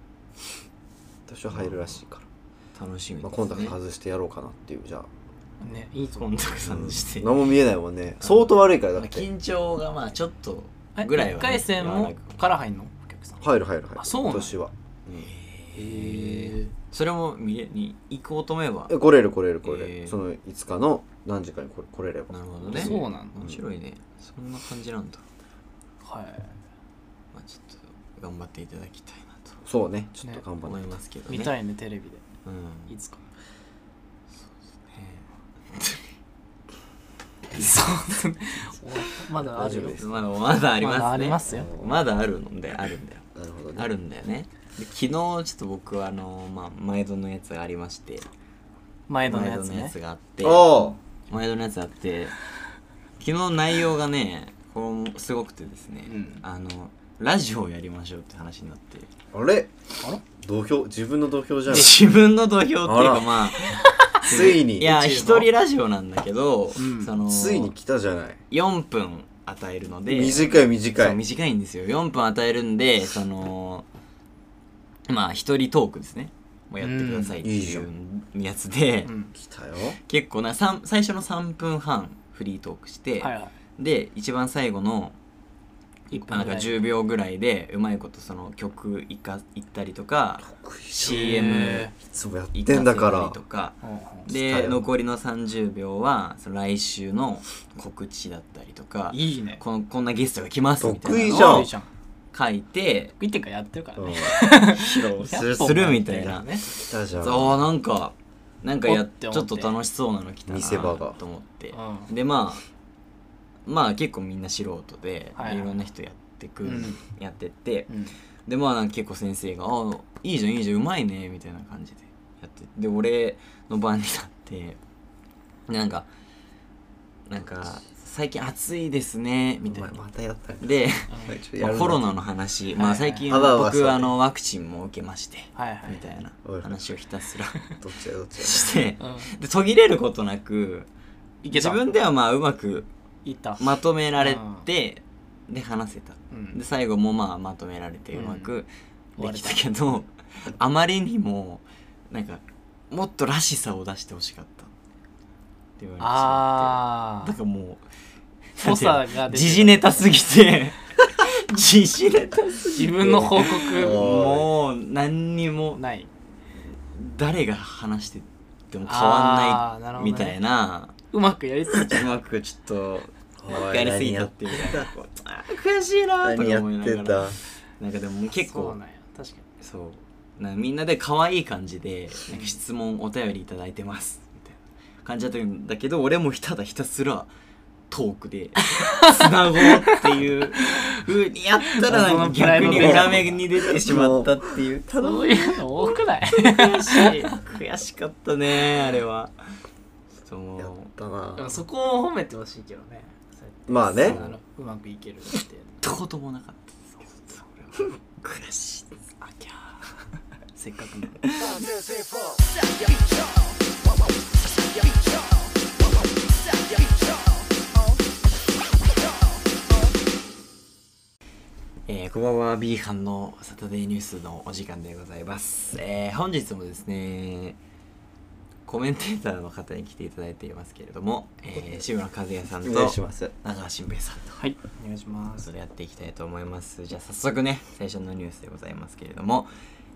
[SPEAKER 1] 年は入るらしいから、
[SPEAKER 3] あ楽しみ
[SPEAKER 1] ま
[SPEAKER 3] で
[SPEAKER 1] あ、
[SPEAKER 3] す
[SPEAKER 1] コ
[SPEAKER 3] ね
[SPEAKER 1] ンタクト外してやろうかなっていうじゃあ
[SPEAKER 2] ねいいと
[SPEAKER 3] コ
[SPEAKER 2] 思う
[SPEAKER 3] ンタクトさんにして
[SPEAKER 1] 何も見えないもんね相当悪いからだ
[SPEAKER 3] ま
[SPEAKER 1] っ
[SPEAKER 3] あ
[SPEAKER 1] て
[SPEAKER 3] 緊張がまあちょっと
[SPEAKER 2] え
[SPEAKER 3] ぐらいはね、
[SPEAKER 2] 一回戦
[SPEAKER 3] 和ら
[SPEAKER 2] も
[SPEAKER 3] ぐ
[SPEAKER 2] から入んのお客さんへ
[SPEAKER 1] 入る入る入る
[SPEAKER 2] あそう
[SPEAKER 1] 今
[SPEAKER 2] なんだ
[SPEAKER 1] 年は
[SPEAKER 2] え
[SPEAKER 3] それも見れに行こうと思えば
[SPEAKER 1] え来れる来れる来れる、
[SPEAKER 3] えー
[SPEAKER 1] その5日の何時かに来れ来れれば
[SPEAKER 3] なるほどね
[SPEAKER 2] そうなんだ
[SPEAKER 3] 面白いねそんな感じなんだ
[SPEAKER 2] はい
[SPEAKER 3] まあちょっと頑張っていただきたいなと
[SPEAKER 1] そうねちょっと頑張って、
[SPEAKER 3] 思いますけどね
[SPEAKER 2] 見たいねテレビで
[SPEAKER 3] うん
[SPEAKER 2] いつかおまだあ
[SPEAKER 1] 大丈
[SPEAKER 2] る
[SPEAKER 1] 夫
[SPEAKER 2] よ
[SPEAKER 1] で
[SPEAKER 3] まだまだありますね
[SPEAKER 2] まだありますよ
[SPEAKER 3] まだあるのであるんだよ
[SPEAKER 1] なるほどね
[SPEAKER 3] あるんだよねで昨日ちょっと僕はあのまあ毎度のやつがありまして
[SPEAKER 2] 前の
[SPEAKER 3] 毎
[SPEAKER 2] や
[SPEAKER 3] 度
[SPEAKER 2] つ
[SPEAKER 3] のや
[SPEAKER 2] ね
[SPEAKER 3] つがあって
[SPEAKER 1] あ
[SPEAKER 3] 毎度のやつあって昨日内容がねこうすごくてですね、
[SPEAKER 2] うん
[SPEAKER 3] あのラジオをやりましょうって話になって
[SPEAKER 1] ああれ土俵自分の土俵じ *laughs*
[SPEAKER 3] *laughs*
[SPEAKER 1] ゃん
[SPEAKER 3] 自分の土俵っていう
[SPEAKER 1] あ
[SPEAKER 3] からまあ
[SPEAKER 1] ついに
[SPEAKER 3] いや一人ラジオなんだけど、
[SPEAKER 2] ん
[SPEAKER 3] その
[SPEAKER 1] ついに来たじゃない
[SPEAKER 3] 4分与えるので
[SPEAKER 1] 短い
[SPEAKER 3] そ
[SPEAKER 1] 短
[SPEAKER 3] う
[SPEAKER 1] い
[SPEAKER 3] 短いんですよ4分与えるんでそのまあ一人トークですねもうやってくださいって
[SPEAKER 1] うんいいじ
[SPEAKER 3] い
[SPEAKER 1] ゃ
[SPEAKER 3] うやつで、
[SPEAKER 2] うん
[SPEAKER 1] 来たよ
[SPEAKER 3] 結構なさん最初の3分半フリートークして、
[SPEAKER 2] はいはい
[SPEAKER 3] で一番最後の
[SPEAKER 2] 1
[SPEAKER 3] なんか10秒ぐらいでうまいことその曲いか行ったりとか CM
[SPEAKER 1] いつもやっ
[SPEAKER 3] 行
[SPEAKER 1] て
[SPEAKER 3] か
[SPEAKER 1] んだ
[SPEAKER 3] せ
[SPEAKER 1] か
[SPEAKER 3] たり
[SPEAKER 1] ら
[SPEAKER 3] とか
[SPEAKER 1] した
[SPEAKER 3] で
[SPEAKER 1] よ
[SPEAKER 3] 残りの30秒はその来週の告知だったりとか
[SPEAKER 2] いいね
[SPEAKER 3] このこんなゲストが来ますみたい
[SPEAKER 1] 得意
[SPEAKER 3] な
[SPEAKER 1] じゃ
[SPEAKER 3] の
[SPEAKER 1] ん
[SPEAKER 2] いいじゃん
[SPEAKER 3] 書いて
[SPEAKER 2] 一点からやってるから
[SPEAKER 1] うん
[SPEAKER 2] ね
[SPEAKER 3] *laughs* 披露する
[SPEAKER 2] 100本
[SPEAKER 3] するみたいな
[SPEAKER 2] ね
[SPEAKER 1] 来たじゃん
[SPEAKER 3] そうなんかなんかや
[SPEAKER 2] お
[SPEAKER 3] っ
[SPEAKER 2] って
[SPEAKER 3] ちょ
[SPEAKER 2] 思っ
[SPEAKER 3] ってと楽しそうなの来たな
[SPEAKER 1] 見せ場が
[SPEAKER 3] と思って
[SPEAKER 2] うん
[SPEAKER 3] でまあまあ結構みんな素人で
[SPEAKER 2] はいはい
[SPEAKER 3] いろんな人やってく
[SPEAKER 2] うん
[SPEAKER 3] やってって
[SPEAKER 2] うん
[SPEAKER 3] でまあなんか結構先生が「あいいじゃんいいじゃんうまいね」みたいな感じでやってで俺の番になってでなんかなんか「最近暑いですね」み
[SPEAKER 1] お
[SPEAKER 3] たい
[SPEAKER 1] 前
[SPEAKER 3] な
[SPEAKER 1] またやったね
[SPEAKER 3] で
[SPEAKER 1] はいちょっとや
[SPEAKER 3] まあ
[SPEAKER 1] るな
[SPEAKER 3] コロ
[SPEAKER 1] *laughs*
[SPEAKER 3] ナの話まあ最近
[SPEAKER 1] あわあわそう
[SPEAKER 3] 僕あのワクチンも受けまして
[SPEAKER 2] はいはい
[SPEAKER 3] みたいな
[SPEAKER 1] おい
[SPEAKER 3] 話をひたすら *laughs*
[SPEAKER 1] どっちやどっちや
[SPEAKER 3] して
[SPEAKER 2] うん
[SPEAKER 3] で途切れることなく
[SPEAKER 2] いけ
[SPEAKER 3] 自
[SPEAKER 2] た
[SPEAKER 3] 分ではまあうまく
[SPEAKER 2] いった
[SPEAKER 3] まとめられてで話せた
[SPEAKER 2] うん
[SPEAKER 3] で最後もまあまとめられてうまく
[SPEAKER 2] うん
[SPEAKER 3] できたけどあまりにもなんかもっとらしさを出してほしかったって言われてしま
[SPEAKER 2] あ
[SPEAKER 3] って
[SPEAKER 2] ー
[SPEAKER 3] だからもう
[SPEAKER 2] 濃さが出てる
[SPEAKER 3] なんていうの時事ネタすぎて
[SPEAKER 2] *laughs*
[SPEAKER 3] 時事ネタすぎて
[SPEAKER 2] 自分の
[SPEAKER 3] *laughs*
[SPEAKER 2] 報
[SPEAKER 1] お
[SPEAKER 2] 告
[SPEAKER 3] もう何にも
[SPEAKER 2] ない
[SPEAKER 3] 誰が話してても変わ
[SPEAKER 2] あー
[SPEAKER 3] ん
[SPEAKER 2] な
[SPEAKER 3] な
[SPEAKER 2] る
[SPEAKER 3] い
[SPEAKER 2] ほどね
[SPEAKER 3] みたいな
[SPEAKER 2] うまくやりすぎちゃ
[SPEAKER 3] うまくちょっと
[SPEAKER 1] おいう
[SPEAKER 3] まくやりすぎたっていう
[SPEAKER 1] 何やっ
[SPEAKER 3] あー悔しいなーと
[SPEAKER 1] 何
[SPEAKER 3] か
[SPEAKER 1] や
[SPEAKER 3] 思い
[SPEAKER 1] っ
[SPEAKER 3] なが
[SPEAKER 1] て
[SPEAKER 3] ら
[SPEAKER 1] た
[SPEAKER 3] なんかでも
[SPEAKER 2] う
[SPEAKER 3] 結
[SPEAKER 2] そう
[SPEAKER 3] 構
[SPEAKER 2] なんや確かに
[SPEAKER 3] そうなんかみんなで可愛い感じでなんか質問お便りいただいてますみたいな感じだったんだけど俺もただひたすらトークでつなごうっていう風にやったらなんか逆に裏目に出てしまったっていう
[SPEAKER 2] そういうの多くない
[SPEAKER 3] 悔しい悔しかったねあれはちょっとも
[SPEAKER 1] やっ
[SPEAKER 3] う
[SPEAKER 1] た
[SPEAKER 2] でも
[SPEAKER 1] な
[SPEAKER 2] そこを褒めてほしいけどね
[SPEAKER 1] まあね
[SPEAKER 2] そうのうまくいけるって
[SPEAKER 3] 一言もなかったですそれは悔しいあきゃ
[SPEAKER 2] せっかくの
[SPEAKER 3] えー、こんばんは B 班のサタデーニュースのお時間でございます、えー、本日もですねコメンテーターの方に来ていただいていますけれども、えー、志村和也さんと
[SPEAKER 1] お願いします
[SPEAKER 3] 長谷新平さんと
[SPEAKER 2] はいお願いしま
[SPEAKER 3] そ
[SPEAKER 2] す
[SPEAKER 3] れやっていきたいと思いますじゃあ早速ね最初のニュースでございますけれども、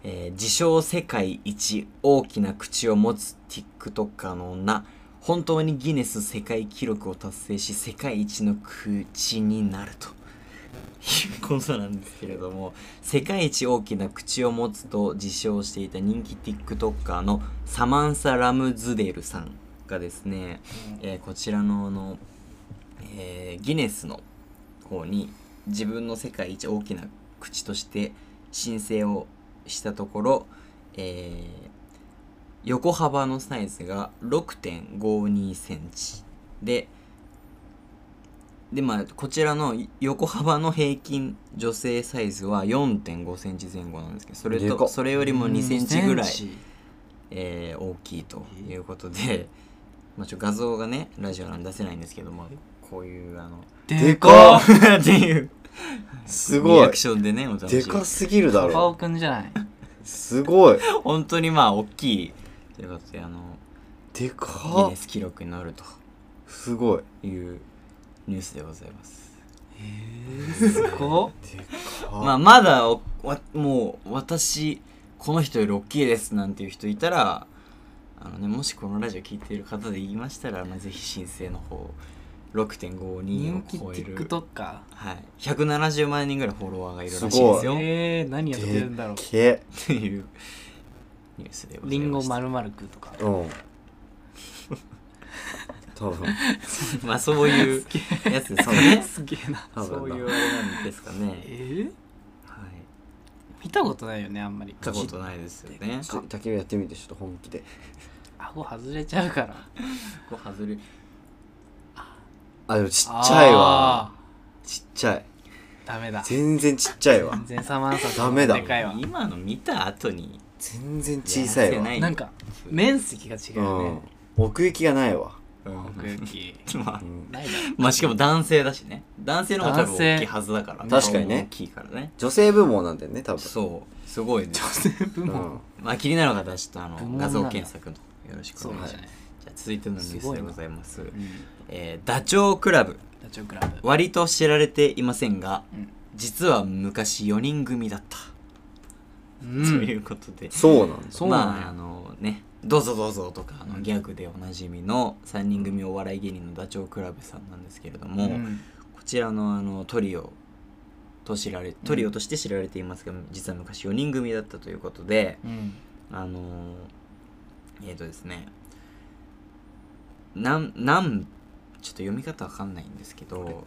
[SPEAKER 3] えー自称世界一大きな口を持つ TikToker の女本当にギネス世界記録を達成し世界一の口になるということなんですけれども世界一大きな口を持つと自称していた人気 TikToker のサマンサ・ラムズデルさんがですね、えーこちらのあの、えーギネスの方に自分の世界一大きな口として申請をしたところ、えー横幅のサイズが6.52センチででまあこちらの横幅の平均女性サイズは4.5センチ前後なんですけどそれ
[SPEAKER 1] でか
[SPEAKER 3] と
[SPEAKER 1] っ
[SPEAKER 3] それよりも2センチぐらいえー大きいということで、まあ、ちょ画像がねラジオなんで出せないんですけどもこういうあの
[SPEAKER 1] で
[SPEAKER 2] で
[SPEAKER 1] か
[SPEAKER 2] か
[SPEAKER 3] っていう
[SPEAKER 1] す
[SPEAKER 3] リ
[SPEAKER 1] ご
[SPEAKER 3] ア
[SPEAKER 1] い
[SPEAKER 3] クションでねお楽しみ
[SPEAKER 1] でかすぎるだ
[SPEAKER 2] カ
[SPEAKER 1] ろ
[SPEAKER 2] オくんじゃない
[SPEAKER 1] すごい
[SPEAKER 3] 本当にまあ大きいということであの
[SPEAKER 1] で
[SPEAKER 3] ギ
[SPEAKER 1] か
[SPEAKER 3] ネス記録になると
[SPEAKER 1] すごい
[SPEAKER 3] いうニュースでございます
[SPEAKER 2] すごっ
[SPEAKER 1] でか
[SPEAKER 3] まあまだおわもう私この人より大きいですなんていう人いたらあのねもしこのラジオ聞いている方で言いましたら、まあ、ぜひ申請の方6.52
[SPEAKER 2] 人
[SPEAKER 3] を
[SPEAKER 2] 気
[SPEAKER 3] 超える
[SPEAKER 2] TikToker
[SPEAKER 3] はい、170万人ぐらいフォロワーがいるらしいです
[SPEAKER 1] すごい
[SPEAKER 3] よ
[SPEAKER 2] えー、何やって
[SPEAKER 1] で
[SPEAKER 2] るんだろう
[SPEAKER 1] け
[SPEAKER 3] っていうニュースでござ
[SPEAKER 2] リ
[SPEAKER 3] い
[SPEAKER 2] ン
[SPEAKER 3] ま
[SPEAKER 2] ゴ
[SPEAKER 3] した
[SPEAKER 2] まるまる食うとか
[SPEAKER 1] うん多分
[SPEAKER 3] まあそういうやつですね
[SPEAKER 2] すげえな
[SPEAKER 1] 多分な
[SPEAKER 3] そういうあれなんですか
[SPEAKER 2] え
[SPEAKER 3] ね
[SPEAKER 2] ー、
[SPEAKER 3] はい
[SPEAKER 2] 見たことないよねあんまり
[SPEAKER 3] 見たことないですよね
[SPEAKER 1] ちょたけるやってみてちょっと本気で
[SPEAKER 2] 顎外れちゃうから
[SPEAKER 3] ここ外れ
[SPEAKER 1] あでもちっちゃいわ
[SPEAKER 2] あ
[SPEAKER 1] ちっちゃい
[SPEAKER 2] ーダメだ全
[SPEAKER 1] 全然ちっちゃい
[SPEAKER 2] *laughs*
[SPEAKER 1] わ
[SPEAKER 2] 然サマンサと
[SPEAKER 1] ダメだ
[SPEAKER 2] でかいわ
[SPEAKER 3] 今の見た後に
[SPEAKER 1] 全然小さい
[SPEAKER 3] やらせな
[SPEAKER 1] わ
[SPEAKER 3] い
[SPEAKER 2] なんか面積が違う
[SPEAKER 1] う
[SPEAKER 2] よ
[SPEAKER 1] ん
[SPEAKER 2] ね
[SPEAKER 1] 奥行きがないわ
[SPEAKER 2] 奥行き
[SPEAKER 3] まあ
[SPEAKER 1] うん
[SPEAKER 2] *laughs* ないだ
[SPEAKER 3] まあしかも男性だしね男性の方が多分
[SPEAKER 2] 男性
[SPEAKER 3] 大きいはずだから
[SPEAKER 1] 確かにね
[SPEAKER 3] 大きいからね
[SPEAKER 1] 女性部門なんだよね多分
[SPEAKER 3] そうすごいね
[SPEAKER 2] ろ部
[SPEAKER 1] う
[SPEAKER 2] 門
[SPEAKER 1] ん
[SPEAKER 3] まあ気になる方はちょっとあの
[SPEAKER 2] 部門な
[SPEAKER 3] 画
[SPEAKER 2] んだ
[SPEAKER 3] 像検索のよろしく
[SPEAKER 2] そ
[SPEAKER 3] お
[SPEAKER 2] う
[SPEAKER 3] 願いし
[SPEAKER 2] じ
[SPEAKER 3] ま
[SPEAKER 2] ゃな
[SPEAKER 3] す
[SPEAKER 2] い
[SPEAKER 3] じゃあ続いてのニュースでございます
[SPEAKER 2] うん
[SPEAKER 3] えーダチョウ倶楽部
[SPEAKER 2] ダチョウ倶楽部
[SPEAKER 3] 割と知られていませんが、
[SPEAKER 2] うん
[SPEAKER 3] 実は昔4人組だった、
[SPEAKER 2] う
[SPEAKER 3] と
[SPEAKER 2] ん
[SPEAKER 3] いうことで
[SPEAKER 1] そうなんだ
[SPEAKER 2] そうなん
[SPEAKER 3] まああ
[SPEAKER 2] や
[SPEAKER 3] のね「どうぞどうぞ」とかあのギャグでおなじみの3人組お笑い芸人のダチョウ倶楽部さんなんですけれど
[SPEAKER 2] う
[SPEAKER 3] も、
[SPEAKER 2] ん
[SPEAKER 3] こちらのあのトリオと知られトリオとして知られていますが、実は昔4人組だったということで
[SPEAKER 2] うん
[SPEAKER 3] あのーえっ、とですねなんなんちょっと読み方わかんないんですけど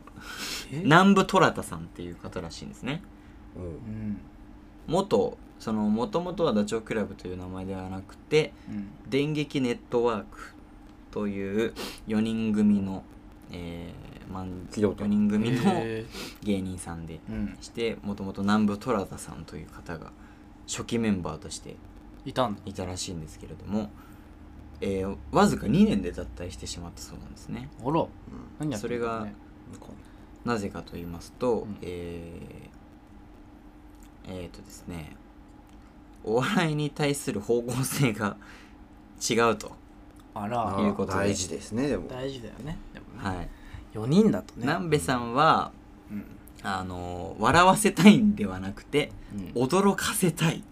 [SPEAKER 2] え
[SPEAKER 3] 南部虎田さんっていう方らしいんですね
[SPEAKER 1] う
[SPEAKER 2] うんん
[SPEAKER 3] 元その元々はダチョウ倶楽部という名前ではなくて
[SPEAKER 2] うん
[SPEAKER 3] 電撃ネットワークという4人組の、えーまん、
[SPEAKER 1] 聞いたこと
[SPEAKER 3] 4
[SPEAKER 1] ない
[SPEAKER 3] 人組の
[SPEAKER 2] へ
[SPEAKER 3] 芸人さんで
[SPEAKER 2] ーうん
[SPEAKER 3] してもともと南部虎田さんという方が初期メンバーとして
[SPEAKER 2] いたんだ
[SPEAKER 3] いたらしいんですけれども、えーわずか2年で脱退してしまったそうなんですね
[SPEAKER 2] あら
[SPEAKER 1] うん
[SPEAKER 2] 何やってんだろうね
[SPEAKER 3] なぜかと言いますと、
[SPEAKER 2] うん
[SPEAKER 3] えーえーとですねお笑いに対する方向性が違うと、
[SPEAKER 2] あ
[SPEAKER 1] あ
[SPEAKER 2] ら
[SPEAKER 1] ー
[SPEAKER 3] いうことで
[SPEAKER 1] 大事ですねでも
[SPEAKER 2] 大事だよねでもね
[SPEAKER 3] はい、
[SPEAKER 2] 4人だとね
[SPEAKER 3] 南部さんは
[SPEAKER 2] うん
[SPEAKER 3] あの笑わせたいんではなくて
[SPEAKER 2] うん
[SPEAKER 3] 驚かせたい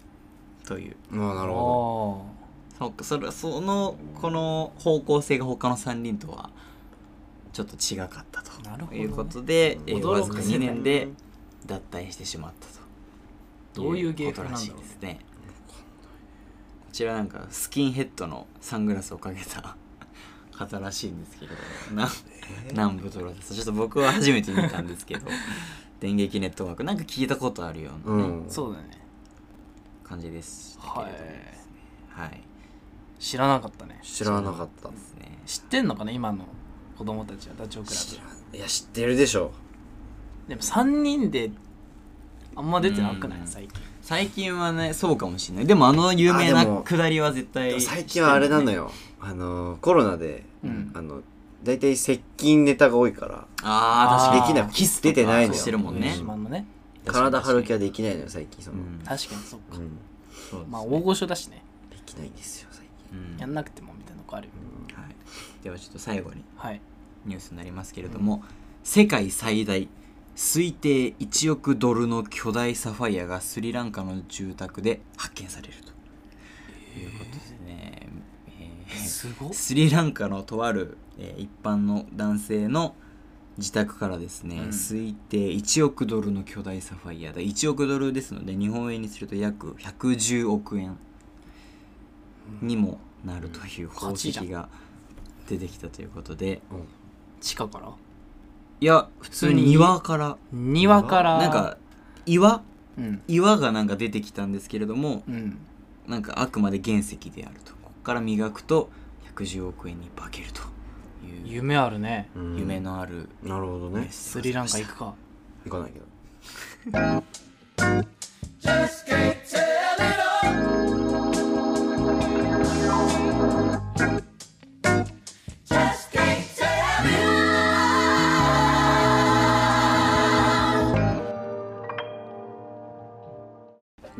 [SPEAKER 3] という
[SPEAKER 1] あーなるほ
[SPEAKER 2] ほ
[SPEAKER 3] そそれそのこの方向性が他の3人とはちょっと違かったと
[SPEAKER 2] なるほどね
[SPEAKER 3] いうことで、えーわ
[SPEAKER 2] 驚
[SPEAKER 3] ずか
[SPEAKER 2] かせたい
[SPEAKER 3] 2年で脱退してしまったと
[SPEAKER 2] どういう芸
[SPEAKER 3] こ
[SPEAKER 2] 風
[SPEAKER 3] と
[SPEAKER 2] なん
[SPEAKER 3] ら
[SPEAKER 2] だろう
[SPEAKER 3] しいですねこちらなんかスキンヘッドのサングラスをかけた方らしいんですけれどな南部トラですちょっと僕は初めて見たんですけど *laughs* 電撃ネットワークなんか聞いたことあるよう
[SPEAKER 1] ど
[SPEAKER 3] なね、
[SPEAKER 1] うん
[SPEAKER 2] うそうだね
[SPEAKER 3] 感じですけれどもですねはい
[SPEAKER 2] 知らなかったね
[SPEAKER 1] 知らなかった
[SPEAKER 3] ですね
[SPEAKER 2] 知ってんのかな今の子供たちはダチョウ倶
[SPEAKER 1] 知
[SPEAKER 2] 楽
[SPEAKER 1] らんいや知ってるでしょ
[SPEAKER 2] 部でも3人であんま出てなくな
[SPEAKER 3] う
[SPEAKER 2] い
[SPEAKER 3] ん
[SPEAKER 2] 最近
[SPEAKER 3] 最近はねそうかもしれないでもあの有名な
[SPEAKER 1] あでも
[SPEAKER 3] くだりは絶
[SPEAKER 1] でも
[SPEAKER 3] 対
[SPEAKER 1] 最近はあれなのよあのーコロナで
[SPEAKER 2] うん
[SPEAKER 1] あの大体接近ネタが多いから
[SPEAKER 3] ああ確
[SPEAKER 1] で
[SPEAKER 3] かに
[SPEAKER 1] きなく
[SPEAKER 3] キス
[SPEAKER 1] 出てないの
[SPEAKER 3] してる
[SPEAKER 1] よ
[SPEAKER 3] もんね
[SPEAKER 2] 島のね
[SPEAKER 1] 体張る気はできないのよ最近その
[SPEAKER 3] うん
[SPEAKER 2] 確かにそっ
[SPEAKER 1] う
[SPEAKER 2] か
[SPEAKER 1] ん
[SPEAKER 3] そうですね
[SPEAKER 2] まあ大御所だしね
[SPEAKER 1] できないんですよ最近
[SPEAKER 3] うん
[SPEAKER 2] やんなくてもみたいなとこあるよ
[SPEAKER 3] はいではちょっと最後に
[SPEAKER 2] はい
[SPEAKER 3] ニュースになりますけれども、世界最大推定1億ドルの巨大サファイアがスリランカの住宅で発見されるということですね、えー
[SPEAKER 2] すごっ
[SPEAKER 3] スリランカのとある、えー一般の男性の自宅からですね、
[SPEAKER 2] うん
[SPEAKER 3] 推定1億ドルの巨大サファイアで1億ドルですので日本円にすると約110億円にもなるという宝石が出てきたということで
[SPEAKER 2] 地下から
[SPEAKER 3] いや普通に岩から
[SPEAKER 2] 庭から
[SPEAKER 3] なんか岩
[SPEAKER 2] うん
[SPEAKER 3] 岩がなんか出てきたんですけれども
[SPEAKER 2] うん
[SPEAKER 3] なんかあくまで原石であるとここから磨くと110億円に化けるという
[SPEAKER 2] 夢あるね
[SPEAKER 1] うん
[SPEAKER 3] 夢のある
[SPEAKER 1] なるほどね
[SPEAKER 2] スリランカ行くか
[SPEAKER 1] 行かないけど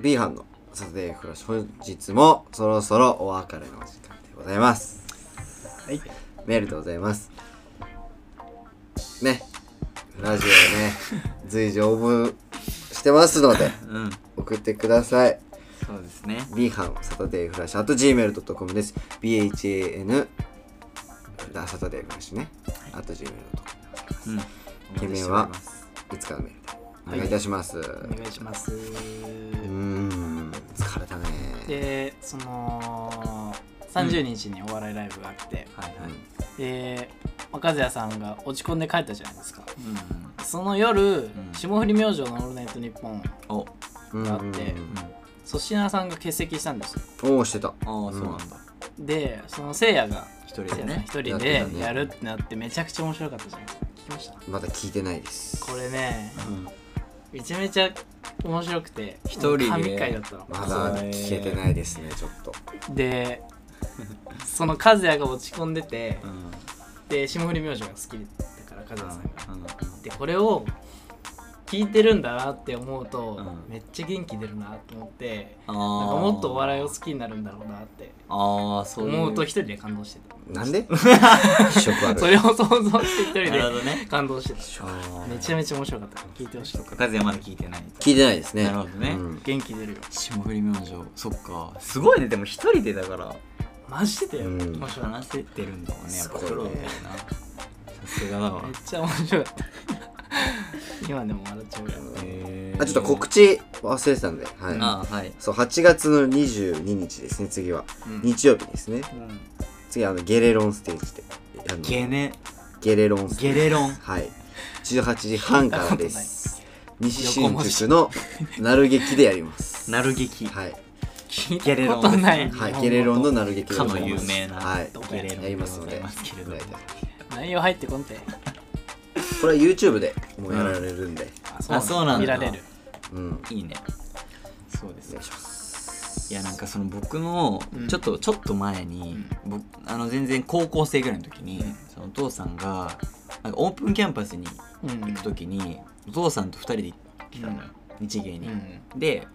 [SPEAKER 1] ビーハンのサタデーフラッシュ本日もそろそろお別れの時間でございますはいメールでございますねラジオね随時応募してますので
[SPEAKER 3] うん
[SPEAKER 1] 送ってください
[SPEAKER 3] そうですね
[SPEAKER 1] B 班サタデーフラッシュあと gmail.com です BHAN だサタデーフラッシュね、あと gmail.com
[SPEAKER 3] うん
[SPEAKER 1] 決めはいつかのメールでお願いいたします、
[SPEAKER 2] お願いします
[SPEAKER 1] うーん疲れたね
[SPEAKER 2] でその30日にお笑いライブがあって、
[SPEAKER 3] はいはい
[SPEAKER 2] で若也さんが落ち込んで帰ったじゃないですか
[SPEAKER 3] うんうん
[SPEAKER 2] その夜、
[SPEAKER 3] ん
[SPEAKER 2] 霜降り明星の「オールナイトニッポン
[SPEAKER 3] お
[SPEAKER 1] うん
[SPEAKER 2] があって粗品さんが欠席したんですよ
[SPEAKER 1] おおしてた
[SPEAKER 3] ああそうなんだ
[SPEAKER 2] でそのせいやが
[SPEAKER 3] 一人
[SPEAKER 2] せいや
[SPEAKER 3] で
[SPEAKER 2] さん
[SPEAKER 3] ね
[SPEAKER 2] 一人
[SPEAKER 1] やっ
[SPEAKER 2] で
[SPEAKER 1] てたね
[SPEAKER 2] やるってなってめちゃくちゃ面白かったじゃないですか聞きました
[SPEAKER 1] まだ聞いてないです
[SPEAKER 2] これね
[SPEAKER 3] うん
[SPEAKER 2] めちゃめちゃ面白くて
[SPEAKER 3] 一人で
[SPEAKER 2] 神回だったの
[SPEAKER 1] まだ聞けてないですねちょっと
[SPEAKER 2] でその和也が落ち込んでて
[SPEAKER 3] うんうん
[SPEAKER 2] で霜降り明星が好きだから和也さんが
[SPEAKER 3] うん
[SPEAKER 2] でこれを聞いてるんだなって思うと、
[SPEAKER 3] うん
[SPEAKER 2] めっちゃ元気出るなと思って
[SPEAKER 3] あ
[SPEAKER 2] なんか
[SPEAKER 3] ー
[SPEAKER 2] もっとお笑いを好きになるんだろうなって
[SPEAKER 3] ああそういう
[SPEAKER 2] 思うと一人で感動してた
[SPEAKER 1] なんで気色悪い
[SPEAKER 2] それを想像して一人
[SPEAKER 3] なるほど
[SPEAKER 2] で
[SPEAKER 3] ね
[SPEAKER 2] 感動して
[SPEAKER 3] あ
[SPEAKER 2] た
[SPEAKER 3] ー
[SPEAKER 2] めちゃめちゃ面白かった聞いてほしい
[SPEAKER 3] そっか和也まだ聞いてない
[SPEAKER 1] 聞いてないですね
[SPEAKER 3] なるほどね
[SPEAKER 1] うん
[SPEAKER 2] 元気出るよ
[SPEAKER 3] 霜降り明星そっかすごいねでも一人でだから
[SPEAKER 2] マジで
[SPEAKER 1] うん
[SPEAKER 2] 面白いめっ
[SPEAKER 3] 話せてるんだもんねやっぱ
[SPEAKER 1] すごいね
[SPEAKER 3] プロだよなさすがだわ
[SPEAKER 2] ちゃ面白かった *laughs* 今でも笑っちゃうぐらい
[SPEAKER 3] へー
[SPEAKER 1] あちょっと告知忘れてたんで、はい、
[SPEAKER 3] あはい
[SPEAKER 1] そう8月の22日ですね次は、
[SPEAKER 3] うん
[SPEAKER 1] 日曜日ですね次はあのゲレロンステージであの
[SPEAKER 3] ゲネ
[SPEAKER 1] ゲレロンステー
[SPEAKER 3] ゲ
[SPEAKER 1] ジ
[SPEAKER 3] レロン
[SPEAKER 1] はい18時半からです西
[SPEAKER 2] 横
[SPEAKER 1] 新
[SPEAKER 2] 文字
[SPEAKER 1] 宿のなる劇でやります
[SPEAKER 3] なる劇
[SPEAKER 1] はい、
[SPEAKER 2] 聞い
[SPEAKER 3] ゲレ
[SPEAKER 2] た
[SPEAKER 3] ロン
[SPEAKER 2] ことない
[SPEAKER 1] はい
[SPEAKER 2] 日本、語
[SPEAKER 1] ゲレロンのなる劇で
[SPEAKER 3] か
[SPEAKER 1] ござ
[SPEAKER 3] の
[SPEAKER 1] いま
[SPEAKER 3] 有
[SPEAKER 1] す
[SPEAKER 3] 名な
[SPEAKER 1] はい
[SPEAKER 3] ゲレロン
[SPEAKER 1] やりますの
[SPEAKER 3] で
[SPEAKER 1] で
[SPEAKER 3] ございますけれども
[SPEAKER 2] 内容入ってこんて
[SPEAKER 1] これは YouTube でもうやられるんで、
[SPEAKER 3] あそうなんだ
[SPEAKER 2] 見られる
[SPEAKER 1] うん、
[SPEAKER 3] いいねそうです
[SPEAKER 1] お願いします
[SPEAKER 3] いやなんかその僕の
[SPEAKER 2] うん
[SPEAKER 3] ちょっと、ちょっと前に、僕あの全然高校生ぐらいの時に、そのお父さんがなんかオープンキャンパスに
[SPEAKER 2] うん
[SPEAKER 3] 行く時に、お父さんと2人で来たのよ、日芸
[SPEAKER 2] う
[SPEAKER 3] に、
[SPEAKER 2] ん
[SPEAKER 3] で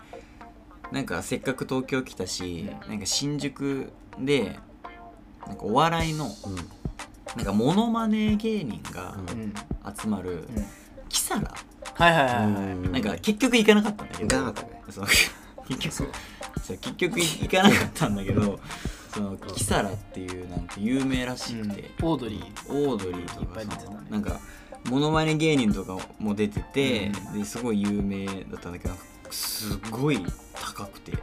[SPEAKER 3] なんかせっかく東京来たし、なんか新宿でなんかお笑いの
[SPEAKER 1] うん
[SPEAKER 3] なんかモノマネ芸人が
[SPEAKER 1] うん
[SPEAKER 2] うん
[SPEAKER 3] 集まる、
[SPEAKER 2] うん
[SPEAKER 3] キサラ
[SPEAKER 2] はいはいはいはい
[SPEAKER 1] うん
[SPEAKER 3] なんか結局行かなかったんだけど
[SPEAKER 1] 行かなかったね
[SPEAKER 3] そう結局そう結局行かなかったんだけどそのキサラっていうなんか有名らしくて、
[SPEAKER 2] うんオードリー
[SPEAKER 3] オードリーとか
[SPEAKER 2] いっぱい出て
[SPEAKER 3] そ
[SPEAKER 2] た
[SPEAKER 3] の
[SPEAKER 2] ね
[SPEAKER 3] なんかモノマネ芸人とかも出てて、ですごい有名だったんだけどなんかすごい高くてい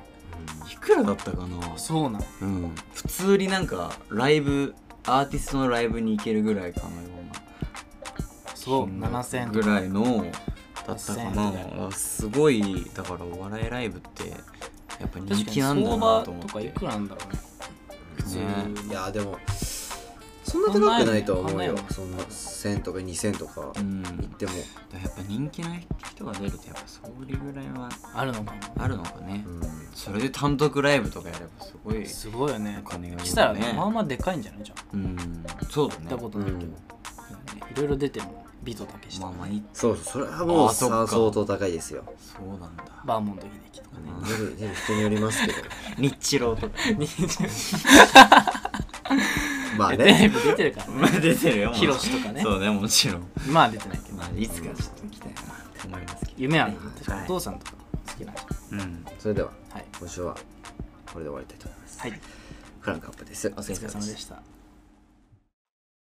[SPEAKER 3] くらだったかな、
[SPEAKER 2] そうなん
[SPEAKER 3] うん、普通になんかライブアーティストのライブに行けるぐらいかのような
[SPEAKER 2] そう7000円
[SPEAKER 3] ぐらいのだったか
[SPEAKER 2] 8000円ぐらい
[SPEAKER 3] なすごいだからお笑いライブってやっぱ人
[SPEAKER 2] 確かに
[SPEAKER 3] 気なんだ
[SPEAKER 2] 相
[SPEAKER 3] な
[SPEAKER 2] 場
[SPEAKER 3] と思
[SPEAKER 2] と
[SPEAKER 3] っ
[SPEAKER 2] か
[SPEAKER 3] て
[SPEAKER 2] いくらなんだろうね普通
[SPEAKER 3] ね
[SPEAKER 1] いやでもそんな高くないとは思うよ
[SPEAKER 2] そ
[SPEAKER 1] そんな1000とか2000とか
[SPEAKER 3] うん
[SPEAKER 1] 行っても、
[SPEAKER 3] やっぱ人気の人が出るとやっぱそれぐらいは
[SPEAKER 2] あるのかも
[SPEAKER 3] あるのかね、
[SPEAKER 1] うん
[SPEAKER 3] それで単独ライブとかやればすごい
[SPEAKER 2] すごいよね
[SPEAKER 3] お金が動くね
[SPEAKER 2] したらまあまあでかいんじゃないじゃん
[SPEAKER 3] うんそうだね
[SPEAKER 2] 行ったことないけどいろいろ出てるもんビートたけしと
[SPEAKER 3] まあ
[SPEAKER 2] か
[SPEAKER 3] まあいい
[SPEAKER 1] そうそうそれはもう
[SPEAKER 3] あそっ
[SPEAKER 1] さ
[SPEAKER 3] か
[SPEAKER 1] 相当高いですよ、
[SPEAKER 3] そうなんだ
[SPEAKER 2] バーモント秀樹とか
[SPEAKER 1] ね、出る出る人によりますけど
[SPEAKER 3] *laughs* 日チローとか *laughs*
[SPEAKER 1] まあ
[SPEAKER 2] テレ
[SPEAKER 1] ね
[SPEAKER 2] ビ出てるからね
[SPEAKER 3] *laughs* *laughs* まあ出てるよもう
[SPEAKER 2] ヒロシとかね
[SPEAKER 3] そうねもちろん
[SPEAKER 2] まあ出てないけど
[SPEAKER 3] まあいつかちょっと来たいなって思いますけど
[SPEAKER 2] 夢ある
[SPEAKER 3] ね
[SPEAKER 2] 確かにお父さんとか好きなんじゃ
[SPEAKER 3] うん
[SPEAKER 1] それでは
[SPEAKER 2] ないはい
[SPEAKER 1] 今週はこれで終わりたいと思います
[SPEAKER 2] はい
[SPEAKER 1] クランクアップです
[SPEAKER 3] お疲れ
[SPEAKER 2] お疲れ
[SPEAKER 3] 様
[SPEAKER 2] 様
[SPEAKER 3] です
[SPEAKER 2] でした